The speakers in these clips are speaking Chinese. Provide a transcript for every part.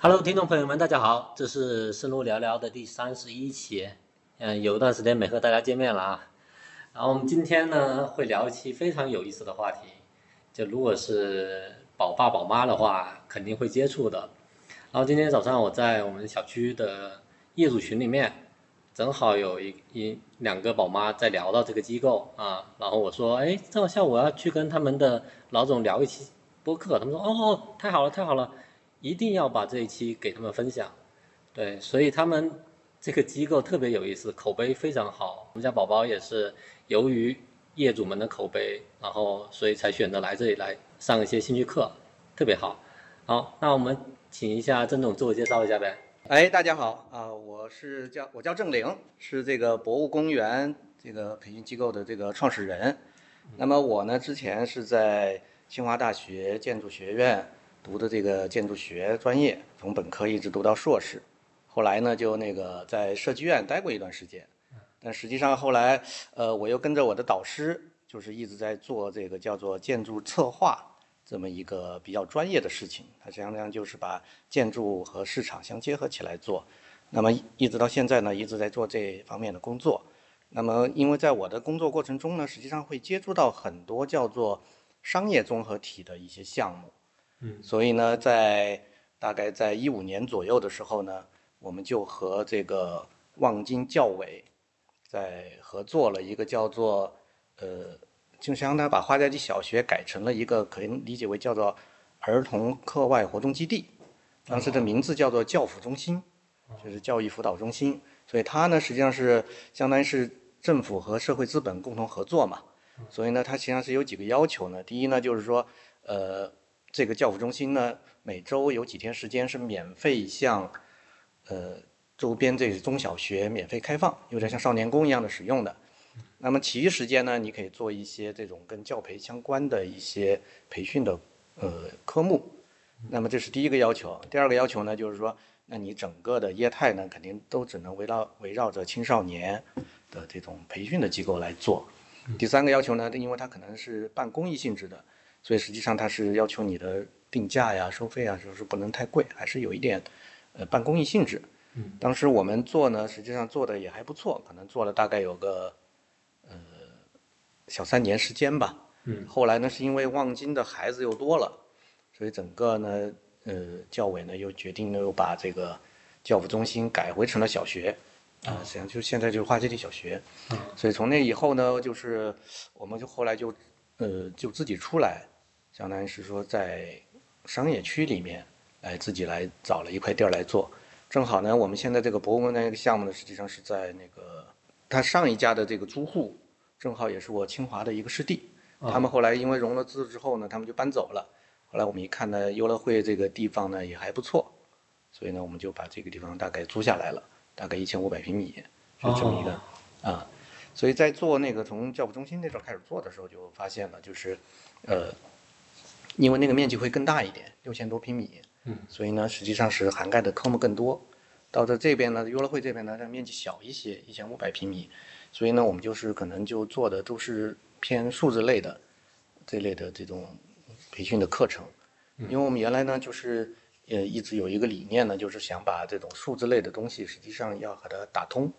Hello，听众朋友们，大家好，这是深入聊聊的第三十一期，嗯，有一段时间没和大家见面了啊。然后我们今天呢会聊一期非常有意思的话题，就如果是宝爸宝妈的话，肯定会接触的。然后今天早上我在我们小区的业主群里面，正好有一一两个宝妈在聊到这个机构啊，然后我说，哎，正好我要去跟他们的老总聊一期播客，他们说，哦，太好了，太好了。一定要把这一期给他们分享。对，所以他们这个机构特别有意思，口碑非常好。我们家宝宝也是由于业主们的口碑，然后所以才选择来这里来上一些兴趣课，特别好。好，那我们请一下郑总自我介绍一下呗。哎，大家好啊、我是叫我叫郑玲，是这个博物公园这个培训机构的这个创始人。那么我呢，之前是在清华大学建筑学院读的这个建筑学专业，从本科一直读到硕士。后来呢，就那个在设计院待过一段时间，但实际上后来，呃，我又跟着我的导师，就是一直在做这个叫做建筑策划这么一个比较专业的事情，它实际上就是把建筑和市场相结合起来做。那么一直到现在呢，一直在做这方面的工作。那么因为在我的工作过程中呢，实际上会接触到很多叫做商业综合体的一些项目。嗯，所以呢，在大概在一五年左右的时候呢，我们就和这个望京教委在合作了一个叫做呃，就相当于把花家街小学改成了一个可以理解为叫做儿童课外活动基地，当时的名字叫做教辅中心，就是教育辅导中心。所以它呢，实际上是相当于是政府和社会资本共同合作嘛。所以呢，它实际上是有几个要求呢。第一呢，就是说，呃，这个教辅中心呢，每周有几天时间是免费向，呃，周边这个中小学免费开放，有点像少年宫一样的使用的。那么其余时间呢，你可以做一些这种跟教培相关的一些培训的呃科目。那么这是第一个要求。第二个要求呢，就是说，那你整个的业态呢，肯定都只能围绕围绕着青少年的这种培训的机构来做。第三个要求呢，因为它可能是半公益性质的，所以实际上它是要求你的定价呀、收费啊，就是不能太贵，还是有一点呃半公益性质。当时我们做呢，实际上做的也还不错，可能做了大概有个呃小三年时间吧。嗯后来呢，是因为望京的孩子又多了，所以整个呢，呃，教委呢又决定呢又把这个教辅中心改回成了小学，啊、实际上就现在就是花街地小学。嗯所以从那以后呢，就是我们就后来就呃就自己出来，相当于是说在商业区里面来自己来找了一块地儿来做。正好呢，我们现在这个博物馆那个项目呢，实际上是在那个他上一家的这个租户，正好也是我清华的一个师弟。啊他们后来因为融了资之后呢，他们就搬走了。后来我们一看呢，优乐汇这个地方呢也还不错，所以呢，我们就把这个地方大概租下来了，大概一千五百平米，是这么一个哦啊、所以在做那个从教辅中心那阵儿开始做的时候，就发现了，就是呃，因为那个面积会更大一点，六千多平米，嗯，所以呢，实际上是涵盖的科目更多。到这这边呢，优乐汇这边呢，它面积小一些，一千五百平米，所以呢，我们就是可能就做的都是偏素质类的这类的这种培训的课程，因为我们原来呢就是呃一直有一个理念呢，就是想把这种数字类的东西实际上要和它打通，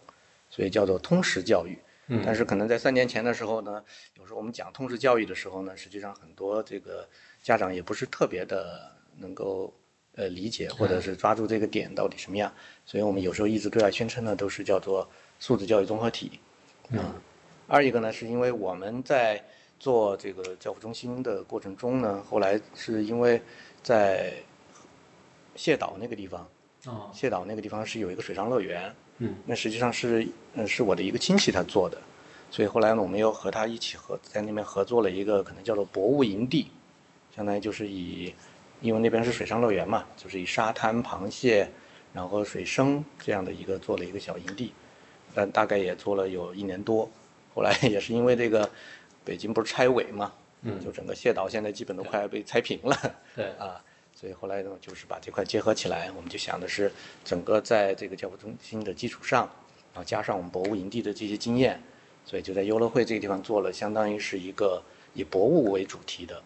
所以叫做通识教育。嗯但是可能在三年前的时候呢，有时候我们讲通识教育的时候呢，实际上很多这个家长也不是特别的能够呃理解或者是抓住这个点到底什么样，所以我们有时候一直对外宣称呢都是叫做素质教育综合体。啊二一个呢，是因为我们在做这个教辅中心的过程中呢，后来是因为在谢岛那个地方，哦，谢岛那个地方是有一个水上乐园，嗯，那实际上是呃是我的一个亲戚他做的，所以后来呢，我们又和他一起合在那边合作了一个可能叫做博物营地，相当于就是以，因为那边是水上乐园嘛，就是以沙滩、螃蟹，然后水生这样的一个做了一个小营地，但大概也做了有一年多，后来也是因为这个北京不是拆委嘛，嗯就整个蟹岛现在基本都快被拆平了。对，啊，所以后来呢，就是把这块结合起来，我们就想的是整个在这个教务中心的基础上，然后加上我们博物营地的这些经验，所以就在优乐汇这个地方做了，相当于是一个以博物为主题的，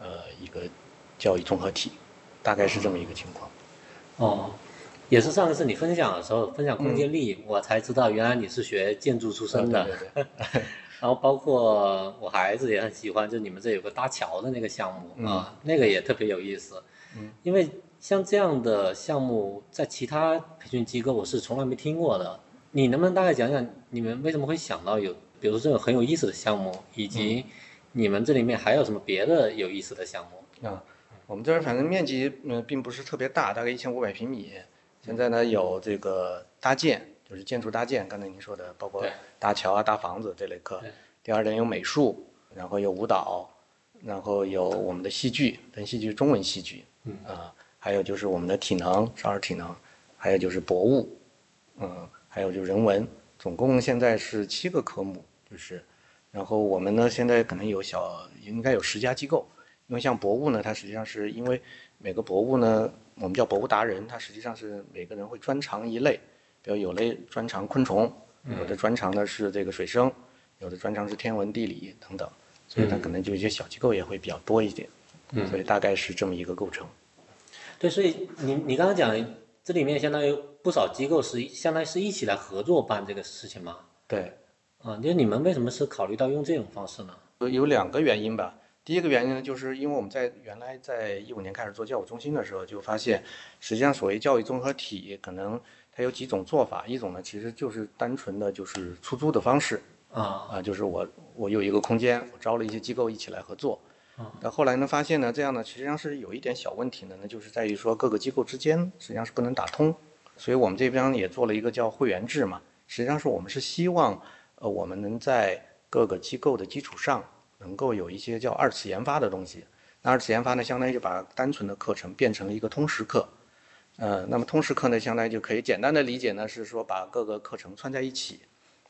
呃，一个教育综合体，大概是这么一个情况。哦，也是上一次你分享的时候，分享空间力，我才知道原来你是学建筑出身的。嗯啊对对对，然后包括我孩子也很喜欢，就你们这有个搭桥的那个项目、啊，那个也特别有意思。嗯，因为像这样的项目，在其他培训机构我是从来没听过的。你能不能大概讲讲你们为什么会想到有，比如说这种很有意思的项目，以及你们这里面还有什么别的有意思的项目？啊，我们这儿反正面积嗯、呃并不是特别大，大概一千五百平米。现在呢有这个搭建，就是建筑搭建，刚才您说的，包括对搭桥啊、搭房子这类课对。第二点有美术，然后有舞蹈，然后有我们的戏剧，但戏剧中文戏剧，嗯啊，还有就是我们的体能，少儿体能，还有就是博物，嗯，还有就是人文，总共现在是七个科目，就是，然后我们呢现在可能有小应该有十家机构，因为像博物呢，它实际上是因为每个博物呢，我们叫博物达人，它实际上是每个人会专长一类，比如有类专长昆虫，有的专长呢是这个水生，有的专长是天文地理等等，所以它可能就一些小机构也会比较多一点，嗯所以大概是这么一个构成。对，所以你你刚刚讲这里面相当于不少机构是一相当于是一起来合作办这个事情嘛？对，啊，就是你们为什么是考虑到用这种方式呢？有呃有两个原因吧。第一个原因呢，就是因为我们在原来在一五年开始做教务中心的时候，就发现，实际上所谓教育综合体，可能它有几种做法。一种呢，其实就是单纯的就是出租的方式，啊，啊，就是我我有一个空间，我招了一些机构一起来合作嗯。那后来呢，发现呢，这样呢，实际上是有一点小问题呢，那就是在于说各个机构之间实际上是不能打通，所以我们这边也做了一个叫会员制嘛，实际上是我们是希望，呃，我们能在各个机构的基础上，能够有一些叫二次研发的东西。那二次研发呢，相当于就把单纯的课程变成了一个通识课，呃，那么通识课呢，相当于就可以简单的理解呢，是说把各个课程串在一起，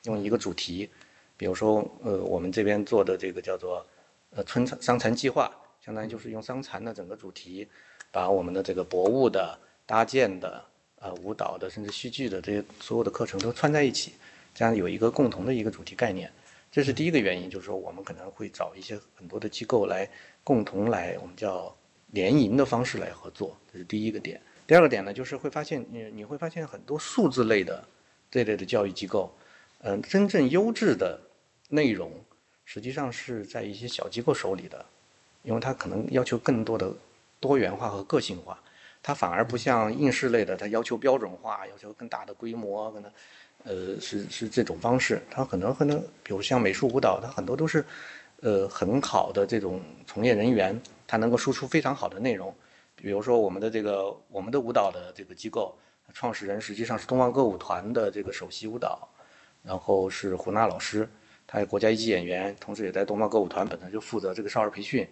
用一个主题，比如说，呃，我们这边做的这个叫做，呃，村残伤残计划，相当于就是用伤残的整个主题，把我们的这个博物的、搭建的、呃舞蹈的，甚至戏剧的这些所有的课程都串在一起，这样有一个共同的一个主题概念。这是第一个原因，就是说我们可能会找一些很多的机构来共同来，我们叫联营的方式来合作，这是第一个点。第二个点呢，就是会发现你你会发现很多数字类的这类的教育机构，嗯、真正优质的内容，实际上是在一些小机构手里的，因为它可能要求更多的多元化和个性化，它反而不像应试类的，它要求标准化，要求更大的规模，啊可能，呃，是是这种方式，它可能可能，比如像美术舞蹈，它很多都是，呃，很好的这种从业人员，他能够输出非常好的内容，比如说我们的这个我们的舞蹈的这个机构，创始人实际上是东方歌舞团的这个首席舞蹈。然后是胡娜老师，她是国家一级演员，同时也在东方歌舞团本身就负责这个少儿培训。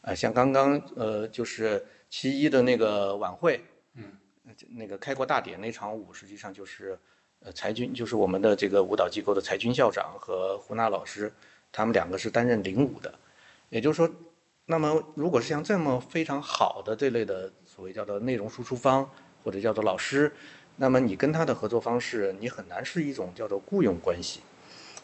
呃，像刚刚呃就是七一的那个晚会，嗯呃，那个开国大典那场舞，实际上就是呃裁军，就是我们的这个舞蹈机构的裁军校长和胡娜老师，他们两个是担任领舞的。也就是说，那么如果是像这么非常好的这类的所谓叫做内容输出方或者叫做老师，那么你跟他的合作方式，你很难是一种叫做雇佣关系，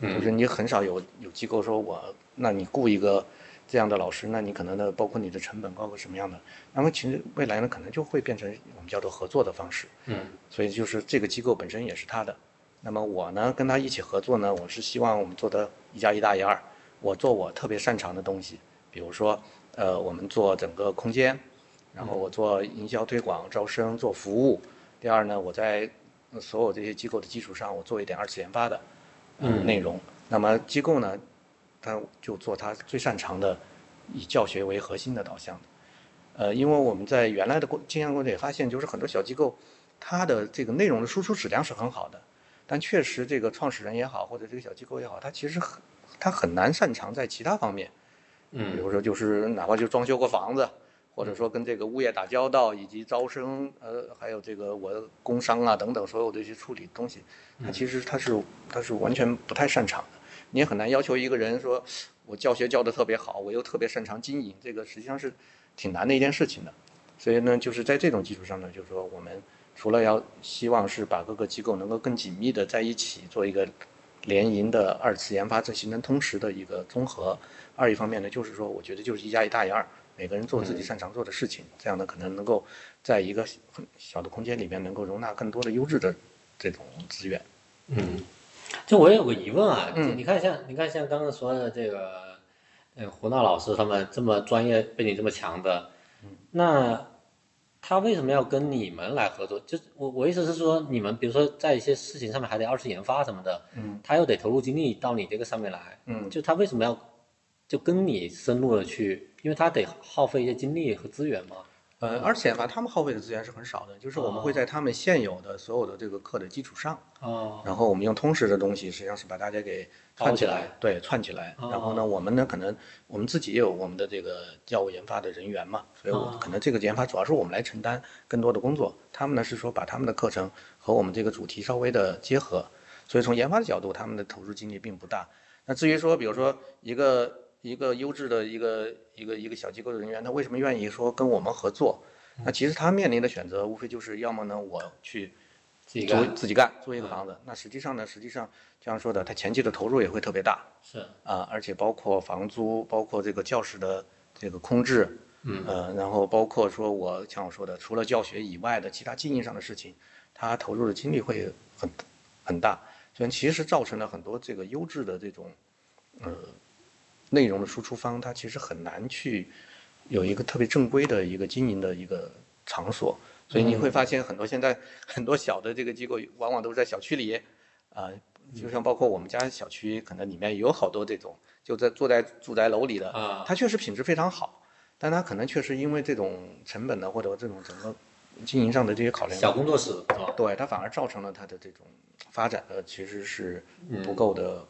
就是你很少有有机构说我，那你雇一个这样的老师，那你可能呢，包括你的成本，包括什么样的，那么其实未来呢，可能就会变成我们叫做合作的方式。嗯所以就是这个机构本身也是他的。那么我呢跟他一起合作呢，我是希望我们做的一加一大于二，我做我特别擅长的东西，比如说呃我们做整个空间，然后我做营销推广、招生、做服务。第二呢，我在呃所有这些机构的基础上，我做一点二次研发的、呃嗯内容。那么机构呢，他就做他最擅长的，以教学为核心的导向的。呃，因为我们在原来的过经验过程也发现，就是很多小机构，它的这个内容的输出质量是很好的，但确实这个创始人也好，或者这个小机构也好，它其实很它很难擅长在其他方面，比嗯如说就是哪怕就装修过房子，或者说跟这个物业打交道，以及招生，呃，还有这个我工商啊等等所有的一些处理东西，它其实它是它是完全不太擅长的。你也很难要求一个人说，我教学教得特别好，我又特别擅长经营，这个实际上是挺难的一件事情的。所以呢，就是在这种基础上呢，就是说我们除了要希望是把各个机构能够更紧密的在一起做一个联营的二次研发，这形成通识的一个综合。二一方面呢，就是说我觉得就是一加一大于二，每个人做自己擅长做的事情，这样呢可能能够在一个小的空间里面能够容纳更多的优质的这种资源。嗯，就我有个疑问啊，就嗯你看像你看像刚刚说的这个，呃，胡闹老师他们这么专业背景这么强的，那他为什么要跟你们来合作？就是我我意思是说，你们比如说在一些事情上面还得二次研发什么的，嗯他又得投入精力到你这个上面来，嗯就他为什么要就跟你深入的去？因为他得耗费一些精力和资源嘛。呃，而且吧，他们耗费的资源是很少的，就是我们会在他们现有的所有的这个课的基础上，哦，然后我们用通识的东西，实际上是把大家给串包起起来哦对，串起来。然后呢，我们呢，可能我们自己也有我们的这个教务研发的人员嘛，所以我哦可能这个研发主要是我们来承担更多的工作。他们呢是说把他们的课程和我们这个主题稍微的结合，所以从研发的角度，他们的投入精力并不大。那至于说，比如说一个一个优质的一个一个一个小机构的人员，他为什么愿意说跟我们合作？那其实他面临的选择，无非就是要么呢我去自己做干自己干，嗯做一个房子。那实际上呢，实际上就像说的，它前期的投入也会特别大是，啊、而且包括房租，包括这个教室的这个空置，嗯呃，然后包括说我像我说的，除了教学以外的其他经营上的事情，他投入的精力会很很大，所以其实造成了很多这个优质的这种呃内容的输出方，他其实很难去有一个特别正规的一个经营的一个场所，所以你会发现很多现在 很多小的这个机构往往都是在小区里，啊、就像包括我们家小区，可能里面有好多这种就在住在住宅楼里的，啊它确实品质非常好，但它可能确实因为这种成本呢，或者这种整个经营上的这些考量，小工作室是吧？对它反而造成了它的这种发展的其实是嗯不够的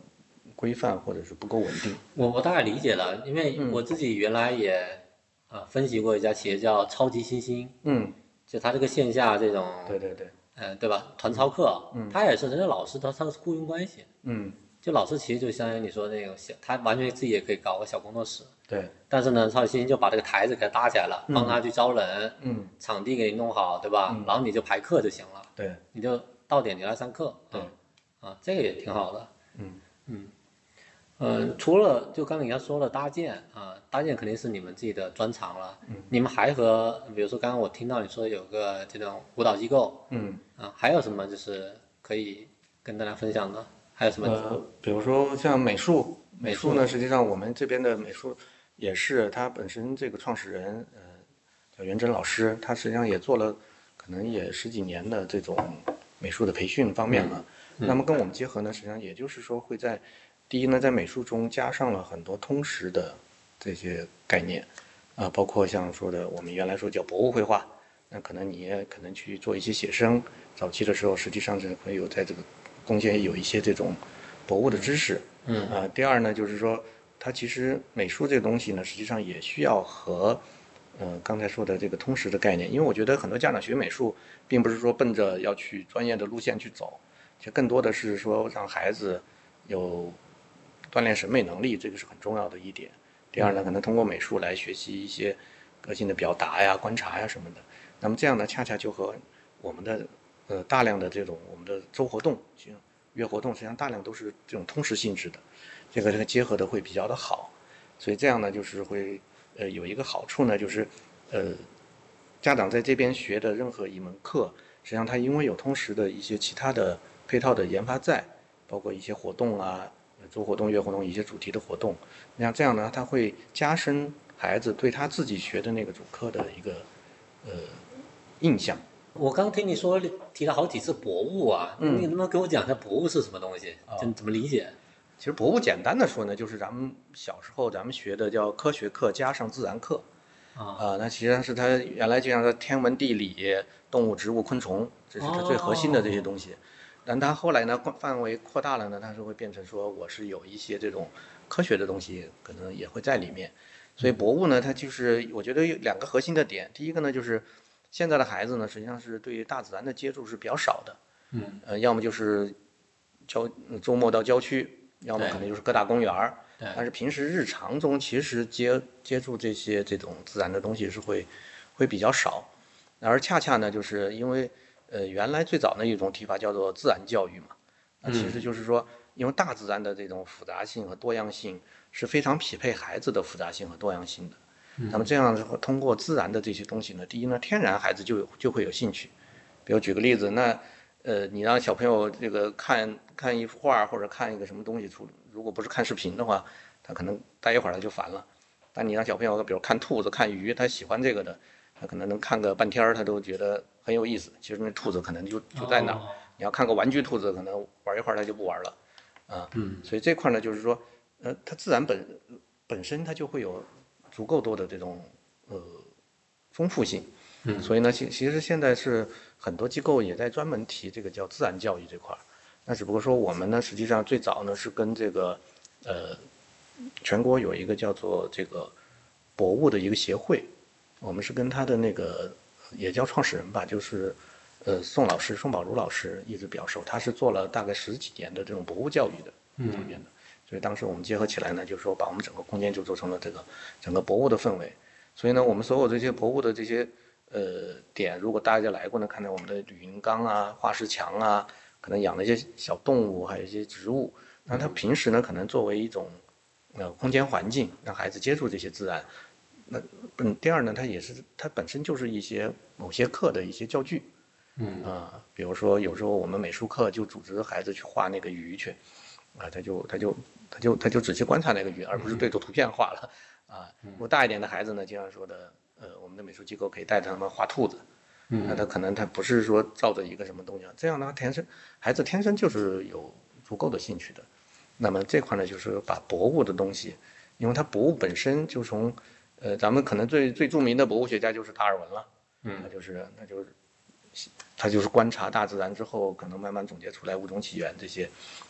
规范或者是不够稳定。我我大概理解了，因为我自己原来也啊、分析过一家企业叫超级新星，嗯，就它这个线下这种，对对对，嗯、对吧？团操课，嗯，它也是人家老师，他他是雇佣关系，嗯，就老师其实就相当于你说那种小，他完全自己也可以搞个小工作室，对，但是呢，超级新星就把这个台子给它搭起来了，帮他去招人，嗯，场地给你弄好，对吧？然后你就排课就行了。对，你就到点你来上课，对啊，啊，这个也挺好的，嗯嗯嗯、呃除了就刚才你刚说了搭建啊，搭建肯定是你们自己的专长了，嗯，你们还和比如说刚刚我听到你说有个这种舞蹈机构嗯，啊，还有什么就是可以跟大家分享的？还有什么？呃，比如说像美术，美术呢，实际上我们这边的美术也是他本身这个创始人，呃，叫袁真老师，他实际上也做了可能也十几年的这种美术的培训方面了。那么跟我们结合呢，实际上也就是说会在第一呢，在美术中加上了很多通识的这些概念，啊、包括像说的我们原来说叫博物绘画，那可能你也可能去做一些写生，早期的时候实际上是会有在这个贡献有一些这种博物的知识。嗯啊、第二呢，就是说它其实美术这个东西呢，实际上也需要和呃刚才说的这个通识的概念，因为我觉得很多家长学美术，并不是说奔着要去专业的路线去走，其实更多的是说让孩子有锻炼审美能力，这个是很重要的一点。第二呢，可能通过美术来学习一些个性的表达呀、观察呀什么的。那么这样呢，恰恰就和我们的呃大量的这种我们的周活动、就月活动，实际上大量都是这种通识性质的，这个这个结合的会比较的好。所以这样呢，就是会呃有一个好处呢，就是呃家长在这边学的任何一门课，实际上他因为有通识的一些其他的配套的研发在，包括一些活动啊、呃周活动、月活动一些主题的活动，那样这样呢，他会加深孩子对他自己学的那个主科的一个呃印象。我刚听你说提了好几次博物啊，嗯哦你能不能给我讲一下博物是什么东西？就怎么理解？其实博物简单的说呢，就是咱们小时候咱们学的叫科学课加上自然课，啊啊、那实际上是它原来就像它天文、地理、动物、植物、昆虫，这是它最核心的这些东西。但它后来呢，扩范围扩大了呢，它是会变成说我是有一些这种科学的东西，可能也会在里面。所以博物呢，它就是我觉得有两个核心的点，第一个呢就是现在的孩子呢，实际上是对于大自然的接触是比较少的，嗯，呃，要么就是郊周末到郊区，要么对可能就是各大公园儿。对但是平时日常中，其实接接触这些这种自然的东西是会会比较少，而恰恰呢，就是因为呃原来最早的一种提法叫做自然教育嘛，那其嗯实就是说，因为大自然的这种复杂性和多样性是非常匹配孩子的复杂性和多样性的，嗯那么这样的话，通过自然的这些东西呢，第一呢，天然孩子就有就会有兴趣。比如举个例子，那呃，你让小朋友这个看看一幅画儿或者看一个什么东西，除如果不是看视频的话，他可能待一会儿他就烦了。但你让小朋友，比如看兔子、看鱼，他喜欢这个的，他可能能看个半天儿，他都觉得很有意思。其实那兔子可能就就在那儿。哦你要看个玩具兔子，可能玩一会儿它就不玩了，啊，嗯，所以这块呢，就是说，呃，它自然本本身它就会有足够多的这种呃丰富性，嗯所以呢，其其实现在是很多机构也在专门提这个叫自然教育这块儿，那只不过说我们呢，实际上最早呢是跟这个呃全国有一个叫做这个博物的一个协会，我们是跟他的那个也叫创始人吧，就是呃宋老师宋宝如老师一直表授，他是做了大概十几年的这种博物教育的方面的，所以当时我们结合起来呢，就是说把我们整个空间就做成了这个整个博物的氛围，所以呢，我们所有这些博物的这些呃点，如果大家来过呢，看到我们的吕云冈啊、化石墙啊，可能养了一些小动物，还有一些植物，那它平时呢，可能作为一种呃空间环境，让孩子接触这些自然。那嗯，第二呢，它也是它本身就是一些某些课的一些教具，嗯啊、比如说有时候我们美术课就组织孩子去画那个鱼去，啊、他就他就他就他就仔细观察那个鱼，而不是对着图片画了，啊、如果大一点的孩子呢，就像说的，呃，我们的美术机构可以带着他们画兔子，那嗯啊他可能他不是说照着一个什么东西，啊这样呢，天生孩子天生就是有足够的兴趣的。那么这块呢，就是把博物的东西，因为它博物本身就从，呃，咱们可能最最著名的博物学家就是达尔文了，嗯他就是那就是，他就是观察大自然之后，可能慢慢总结出来物种起源这些，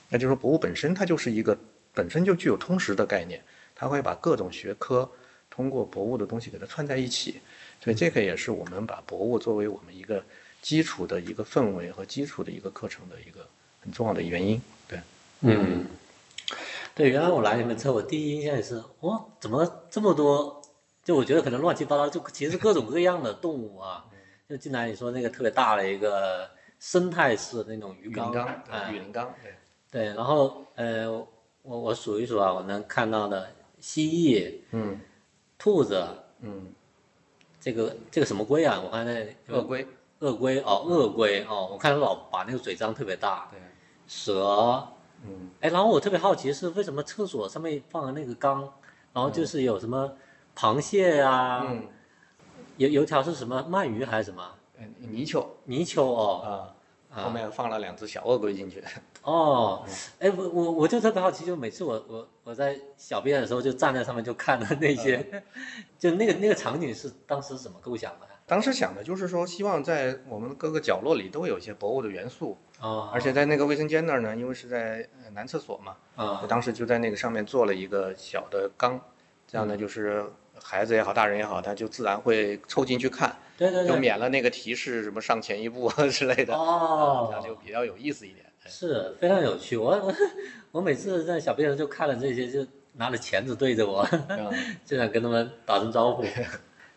那就是说博物本身它就是一个本身就具有通识的概念，它会把各种学科通过博物的东西给它串在一起，所以这个也是我们把博物作为我们一个基础的一个氛围和基础的一个课程的一个很重要的原因。对，嗯，对，原来我来你们之后，我第一印象也是，哇，怎么这么多？就我觉得可能乱七八糟，就其实各种各样的动物啊，就进来你说那个特别大的一个生态式的那种鱼雨缸林，缸，哎对，雨林缸，对，对，然后呃，我我数一数啊，我能看到的蜥蜴、嗯兔子，嗯，这个这个什么龟啊？我看那鳄龟，鳄龟哦，鳄龟哦，我看它老把那个嘴张特别大，对，蛇，嗯，哎，然后我特别好奇是为什么厕所上面放了那个缸，然后就是有什么螃蟹呀、嗯，有有一条是什么鳗鱼还是什么呃泥鳅泥鳅哦啊，啊后面放了两只小鳄龟进去。哦，嗯哎我我我就特别好奇，就每次我我我在小便的时候就站在上面就看了那些，嗯 就那个那个场景是当时怎么构想的呀？啊当时想的就是说，希望在我们各个角落里都有一些博物的元素，哦，而且在那个卫生间那儿呢，因为是在呃男厕所嘛，我啊当时就在那个上面做了一个小的缸，嗯这样呢，就是孩子也好，大人也好，他就自然会凑进去看，对对就对，免了那个提示什么上前一步 啊之类的，嗯哦这样就比较有意思 一点。是非常有趣，我我 我每次在小便的时候就看了这些，就拿着钳子对着我， 嗯就想跟他们打声招呼。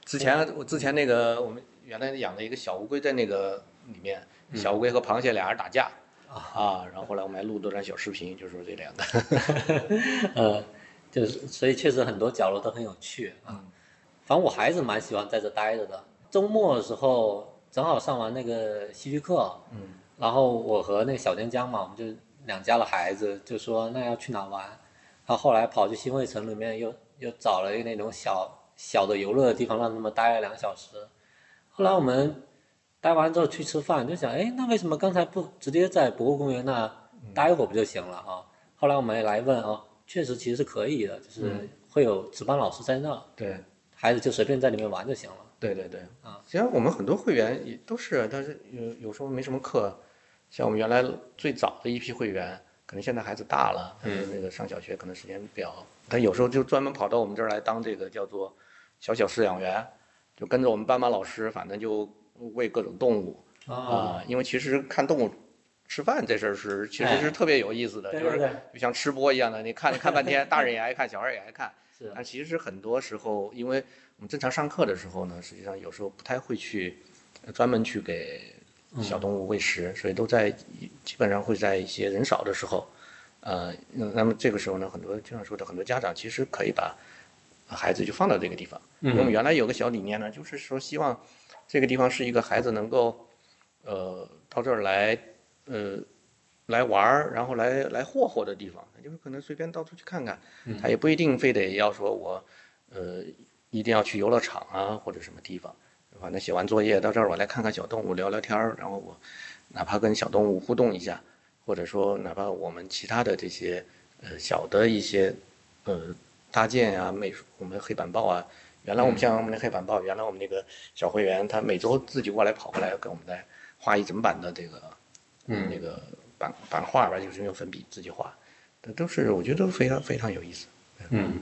之前我之前那个我们原来养了一个小乌龟在那个里面，嗯小乌龟和螃蟹俩人打架啊，然后后来我们还录了段小视频，就是说这两个。呃，就是所以确实很多角落都很有趣啊。反正我还是蛮喜欢在这待着的。周末的时候正好上完那个戏剧课，嗯，然后我和那个小江江嘛，我们就两家的孩子就说那要去哪玩，然后后来跑去新会城里面又又找了一个那种小小的游乐的地方让他们待了两小时，后来我们待完之后去吃饭，就想哎那为什么刚才不直接在博物公园那待一会儿不就行了啊？后来我们也来问啊，确实其实是可以的，就是会有值班老师在那，对。孩子就随便在里面玩就行了。对对对，啊，其实我们很多会员也都是，但是有有时候没什么课，像我们原来最早的一批会员，可能现在孩子大了，嗯那个上小学可能时间比较，他有时候就专门跑到我们这儿来当这个叫做小小饲养员，就跟着我们斑马老师，反正就喂各种动物啊，啊、因为其实看动物吃饭这事儿是其实哎是特别有意思的，对就是对对，就像吃播一样的，你看看半天，大人也爱看，小孩儿也爱看。是但其实很多时候，因为我们正常上课的时候呢，实际上有时候不太会去呃专门去给小动物喂食，所以都在基本上会在一些人少的时候，呃，那那么这个时候呢，很多就像说的，很多家长其实可以把孩子就放到这个地方。嗯我们原来有个小理念呢，就是说希望这个地方是一个孩子能够呃到这儿来呃来玩儿，然后来来霍霍的地方，就是可能随便到处去看看，他也不一定非得要说我呃一定要去游乐场啊或者什么地方。反正写完作业到这儿，我来看看小动物，聊聊天儿，然后我哪怕跟小动物互动一下，或者说哪怕我们其他的这些呃小的一些呃搭建啊、美术，我们黑板报啊，原来我们像我们那黑板报，原来我们那个小会员他每周自己过来跑过来跟我们来画一整版的这个嗯那个版版画吧，就是用粉笔自己画，这都是我觉得非常非常有意思。嗯，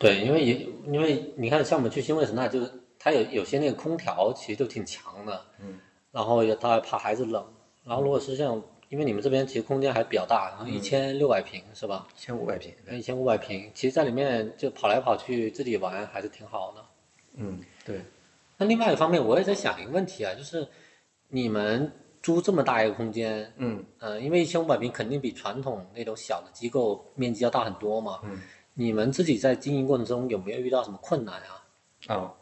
对，因为也因为你看，像我们去新卫城那，就是它有有些那个空调其实就挺强的，嗯，然后也它还怕孩子冷，然后如果是像因为你们这边其实空间还比较大，然后一千六百平是吧？一千五百平，一千五百平，其实在里面就跑来跑去自己玩还是挺好的。嗯，对，那另外一方面，我也在想一个问题啊，就是你们租这么大一个空间，嗯呃，因为一千五百平肯定比传统那种小的机构面积要大很多嘛。嗯。你们自己在经营过程中有没有遇到什么困难啊？啊、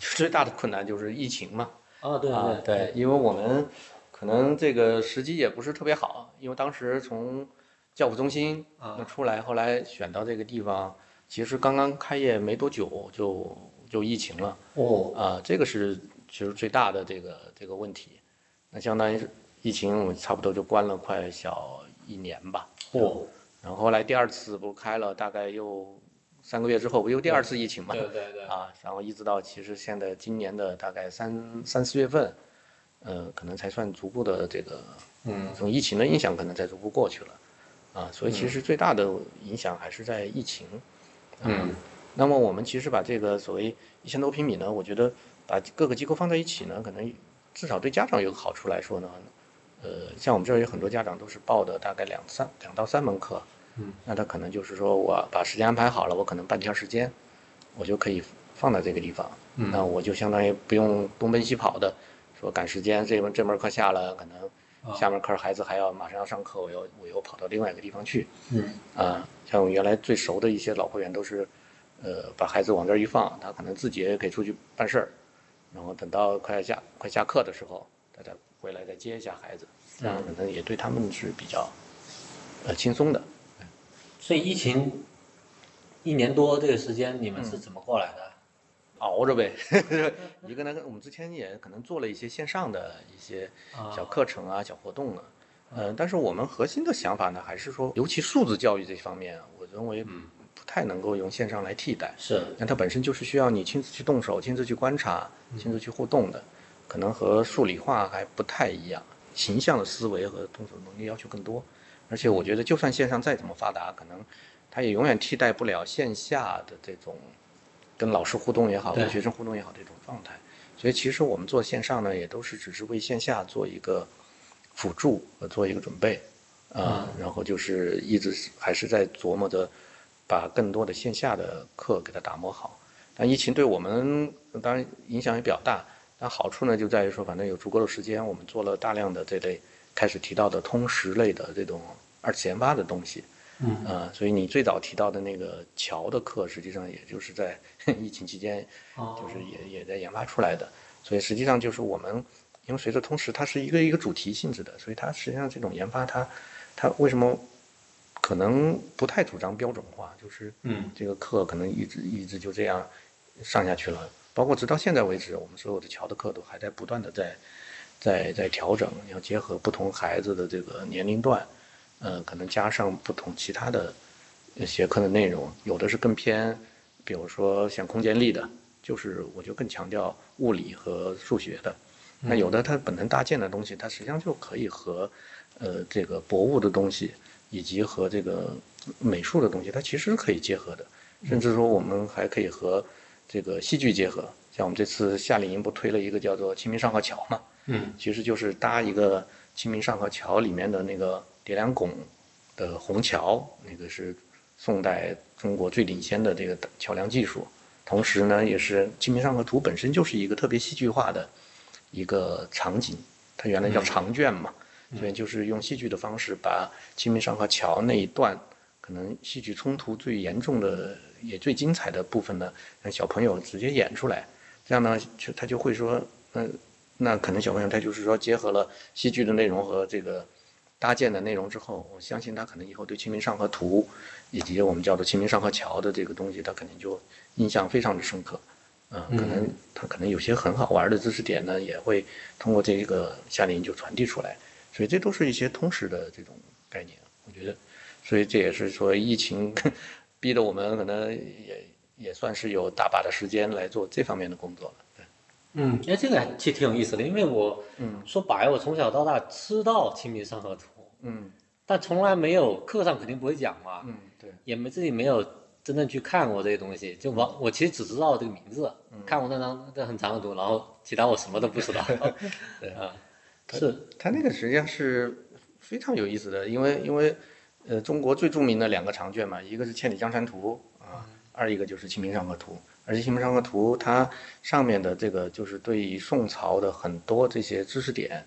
最大的困难就是疫情嘛。啊，对啊，对，，因为我们可能这个时机也不是特别好，因为当时从教辅中心啊那出来，后来选到这个地方，其实刚刚开业没多久就就疫情了哦，啊，这个是其实最大的这个这个问题。那相当于是疫情，我们差不多就关了快小一年吧。哦，然后后来第二次不是开了，大概又三个月之后，不又第二次疫情嘛？对对对，啊，然后一直到其实现在今年的大概三三四月份，呃，可能才算逐步的这个嗯从疫情的影响可能才逐步过去了，啊，所以其实最大的影响还是在疫情。嗯那么我们其实把这个所谓一千多平米呢，我觉得把各个机构放在一起呢，可能至少对家长有个好处来说呢，呃，像我们这儿有很多家长都是报的大概两三两到三门课，嗯，那他可能就是说我把时间安排好了，我可能半天时间，我就可以放在这个地方，嗯那我就相当于不用东奔西跑的，说赶时间，这门这门课下了，可啊能下门课孩子还要马上要上课，我又我又跑到另外一个地方去，嗯啊，像我原来最熟的一些老会员都是，呃，把孩子往这儿一放，他可能自己也给出去办事儿，然后等到快下快下课的时候，他再回来再接一下孩子，这样可能也对他们是比较，呃，轻松的。所以疫情一年多这个时间，你们是怎么过来的？熬着呗， 一个呢，我们之前也可能做了一些线上的一些啊小课程啊、小活动啊，嗯、但是我们核心的想法呢，还是说，尤其素质教育这方面啊，我认为不太能够用线上来替代。是，那它本身就是需要你亲自去动手、亲自去观察、亲自去互动的，可能和数理化还不太一样，形象的思维和动手能力要求更多。而且我觉得，就算线上再怎么发达，可能它也永远替代不了线下的这种跟老师互动也好、对跟学生互动也好这种状态。所以其实我们做线上呢，也都是只是为线下做一个辅助和做一个准备，啊、然后就是一直是还是在琢磨着把更多的线下的课给它打磨好。但疫情对我们呃当然影响也比较大，但好处呢就在于说，反正有足够的时间，我们做了大量的这类开始提到的通识类的这种二次研发的东西，嗯啊、所以你最早提到的那个桥的课，实际上也就是在 疫情期间哦就是也也在研发出来的。所以实际上就是我们，因为随着通识它是一个一个主题性质的，所以它实际上这种研发它它为什么可能不太主张标准化，就是嗯这个课可能一直一直就这样上下去了。包括直到现在为止，我们所有的桥的课都还在不断的在在在调整，要结合不同孩子的这个年龄段，呃，可能加上不同其他的呃学科的内容，有的是更偏，比如说像空间力的，就是我就更强调物理和数学的。那有的它本能搭建的东西，它实际上就可以和呃这个博物的东西，以及和这个美术的东西，它其实是可以结合的，甚至说我们还可以和这个戏剧结合。像我们这次夏令营不推了一个叫做《清明上河桥》嘛，嗯其实就是搭一个《清明上河桥》里面的那个叠梁拱的虹桥，那个是宋代中国最领先的这个桥梁技术。同时呢，也是《清明上河图》本身就是一个特别戏剧化的一个场景，它原来叫长卷嘛，所以就是用戏剧的方式把《清明上河桥》那一段可能戏剧冲突最严重的也最精彩的部分呢，让小朋友直接演出来，这样呢，就他就会说，嗯、那可能小朋友他就是说结合了戏剧的内容和这个搭建的内容之后，我相信他可能以后对《清明上河图》以及我们叫做《清明上河桥》的这个东西，他肯定就印象非常的深刻。嗯，可能他可能有些很好玩的知识点呢，也会通过这个夏令营就传递出来，所以这都是一些通识的这种概念，我觉得，所以这也是说疫情 逼得我们可能也也算是有大把的时间来做这方面的工作了。对嗯，哎，这个其实挺有意思的，因为我，嗯，说白了，我从小到大知道《清明上河图》，嗯但从来没有课上肯定不会讲嘛，嗯，对，也没自己没有真正去看过这些东西，就我我其实只知道这个名字，嗯看过那张那很长的图，然后其他我什么都不知道。 对啊，是，他那个实际上是非常有意思的，因为因为呃，中国最著名的两个长卷嘛，一个是《千里江山图》啊，嗯二一个就是《清明上河图》。而且《清明上河图》它上面的这个就是对于宋朝的很多这些知识点，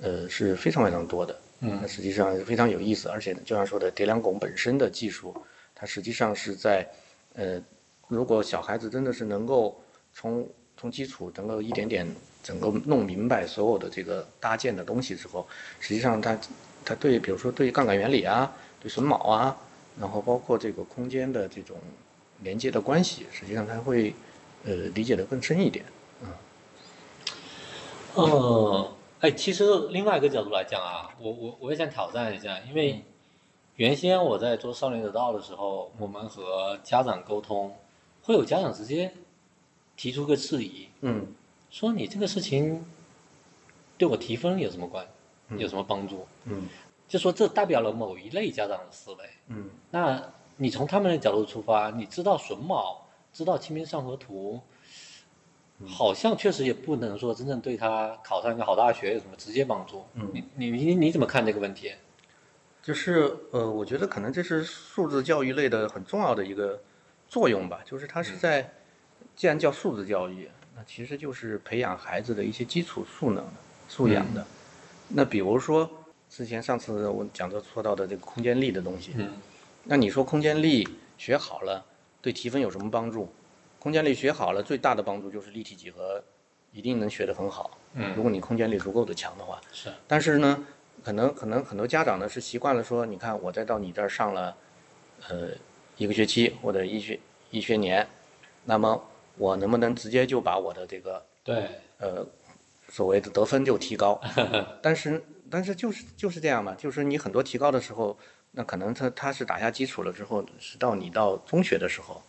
呃，是非常非常多的。嗯那实际上非常有意思，而且就像说的，叠梁拱本身的技术，它实际上是在，呃，如果小孩子真的是能够从从基础能够一点点整个弄明白所有的这个搭建的东西之后，实际上它它对比如说对杠杆原理啊，对榫卯啊，然后包括这个空间的这种连接的关系，实际上它会呃理解的更深一点。嗯，哎，其实另外一个角度来讲啊，我我我也想挑战一下，因嗯为原先我在做少年得道的时候，我们和家长沟通，会有家长直接提出个质疑，嗯说你这个事情对我提分有什么关，有什么帮助？嗯就说这代表了某一类家长的思维。嗯那你从他们的角度出发，你知道榫卯，知道《清明上河图》，嗯好像确实也不能说真正对他考上一个好大学有什么直接帮助。嗯你你你你怎么看这个问题？就是呃，我觉得可能这是素质教育类的很重要的一个作用吧，就是它是在，既然叫素质教育，那其实就是培养孩子的一些基础素能、素养的。那比如说之前上次我讲到说到的这个空间力的东西，嗯那你说空间力学好了，对提分有什么帮助？空间力学好了，最大的帮助就是立体几何，一定能学得很好。如嗯，果你空间力足够的强的话，是但是呢，可能可能很多家长呢是习惯了说，你看我再到你这儿上了，呃，一个学期或者一学一学年，那么我能不能直接就把我的这个对，呃所谓的得分就 提高？但是但是就是就是这样嘛，就是你很多提高的时候，那可能他他是打下基础了之后，是到你到中学的时候，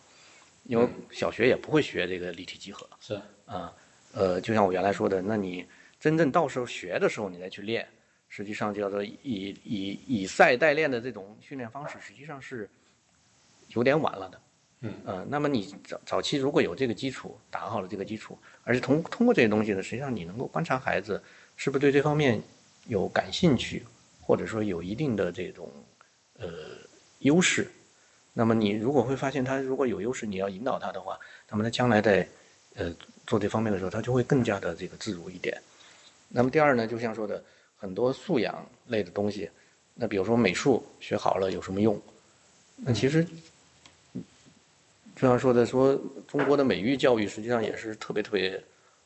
因为小学也不会学这个立体几何。嗯是啊，呃，就像我原来说的，那你真正到时候学的时候，你再去练，实际上叫做以以以赛代练的这种训练方式，实际上是有点晚了的。嗯呃，那么你早早期如果有这个基础，打好了这个基础，而且通通过这些东西呢，实际上你能够观察孩子是不是对这方面有感兴趣，或者说有一定的这种呃优势。那么你如果会发现他如果有优势，你要引导他的话，那么他将来在呃做这方面的时候，他就会更加的这个自如一点。那么第二呢，就像说的很多素养类的东西，那比如说美术学好了有什么用？那其实就像说的说，中国的美育教育实际上也是特别特别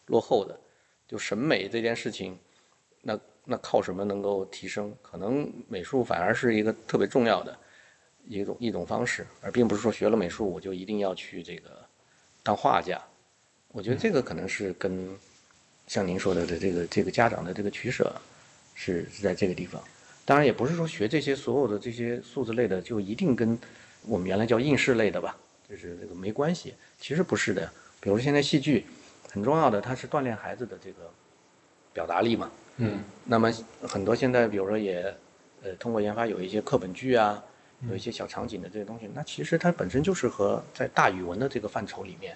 落后的，就审美这件事情，那那靠什么能够提升？可能美术反而是一个特别重要的一种一种方式，而并不是说学了美术我就一定要去这个当画家。我觉得这个可能是跟像您说的这这个这个家长的这个取舍是是在这个地方。当然也不是说学这些所有的这些素质类的就一定跟我们原来叫应试类的吧，就是这个没关系。其实不是的，比如现在戏剧很重要的，它是锻炼孩子的这个表达力嘛。嗯那么很多现在，比如说也，呃，通过研发有一些课本剧啊，有一些小场景的这些东西，那其实它本身就是和在大语文的这个范畴里面，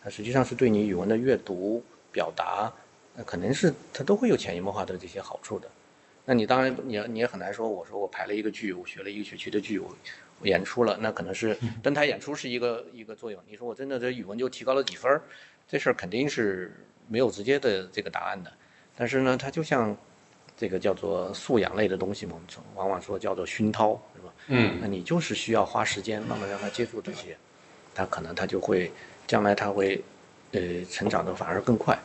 它实际上是对你语文的阅读、表达，那可能是它都会有潜移默化的这些好处的。那你当然你也你也很难说，我说我排了一个剧，我学了一个学期的剧，我我演出了，那可能是登台演出是一个一个作用。你说我真的这语文就提高了几分儿，这事儿肯定是没有直接的这个答案的。但是呢，它就像这个叫做素养类的东西嘛，我们从往往说叫做熏陶，是吧？嗯那你就是需要花时间慢慢让他接触这些，他可能他就会将来他会呃成长的反而更快。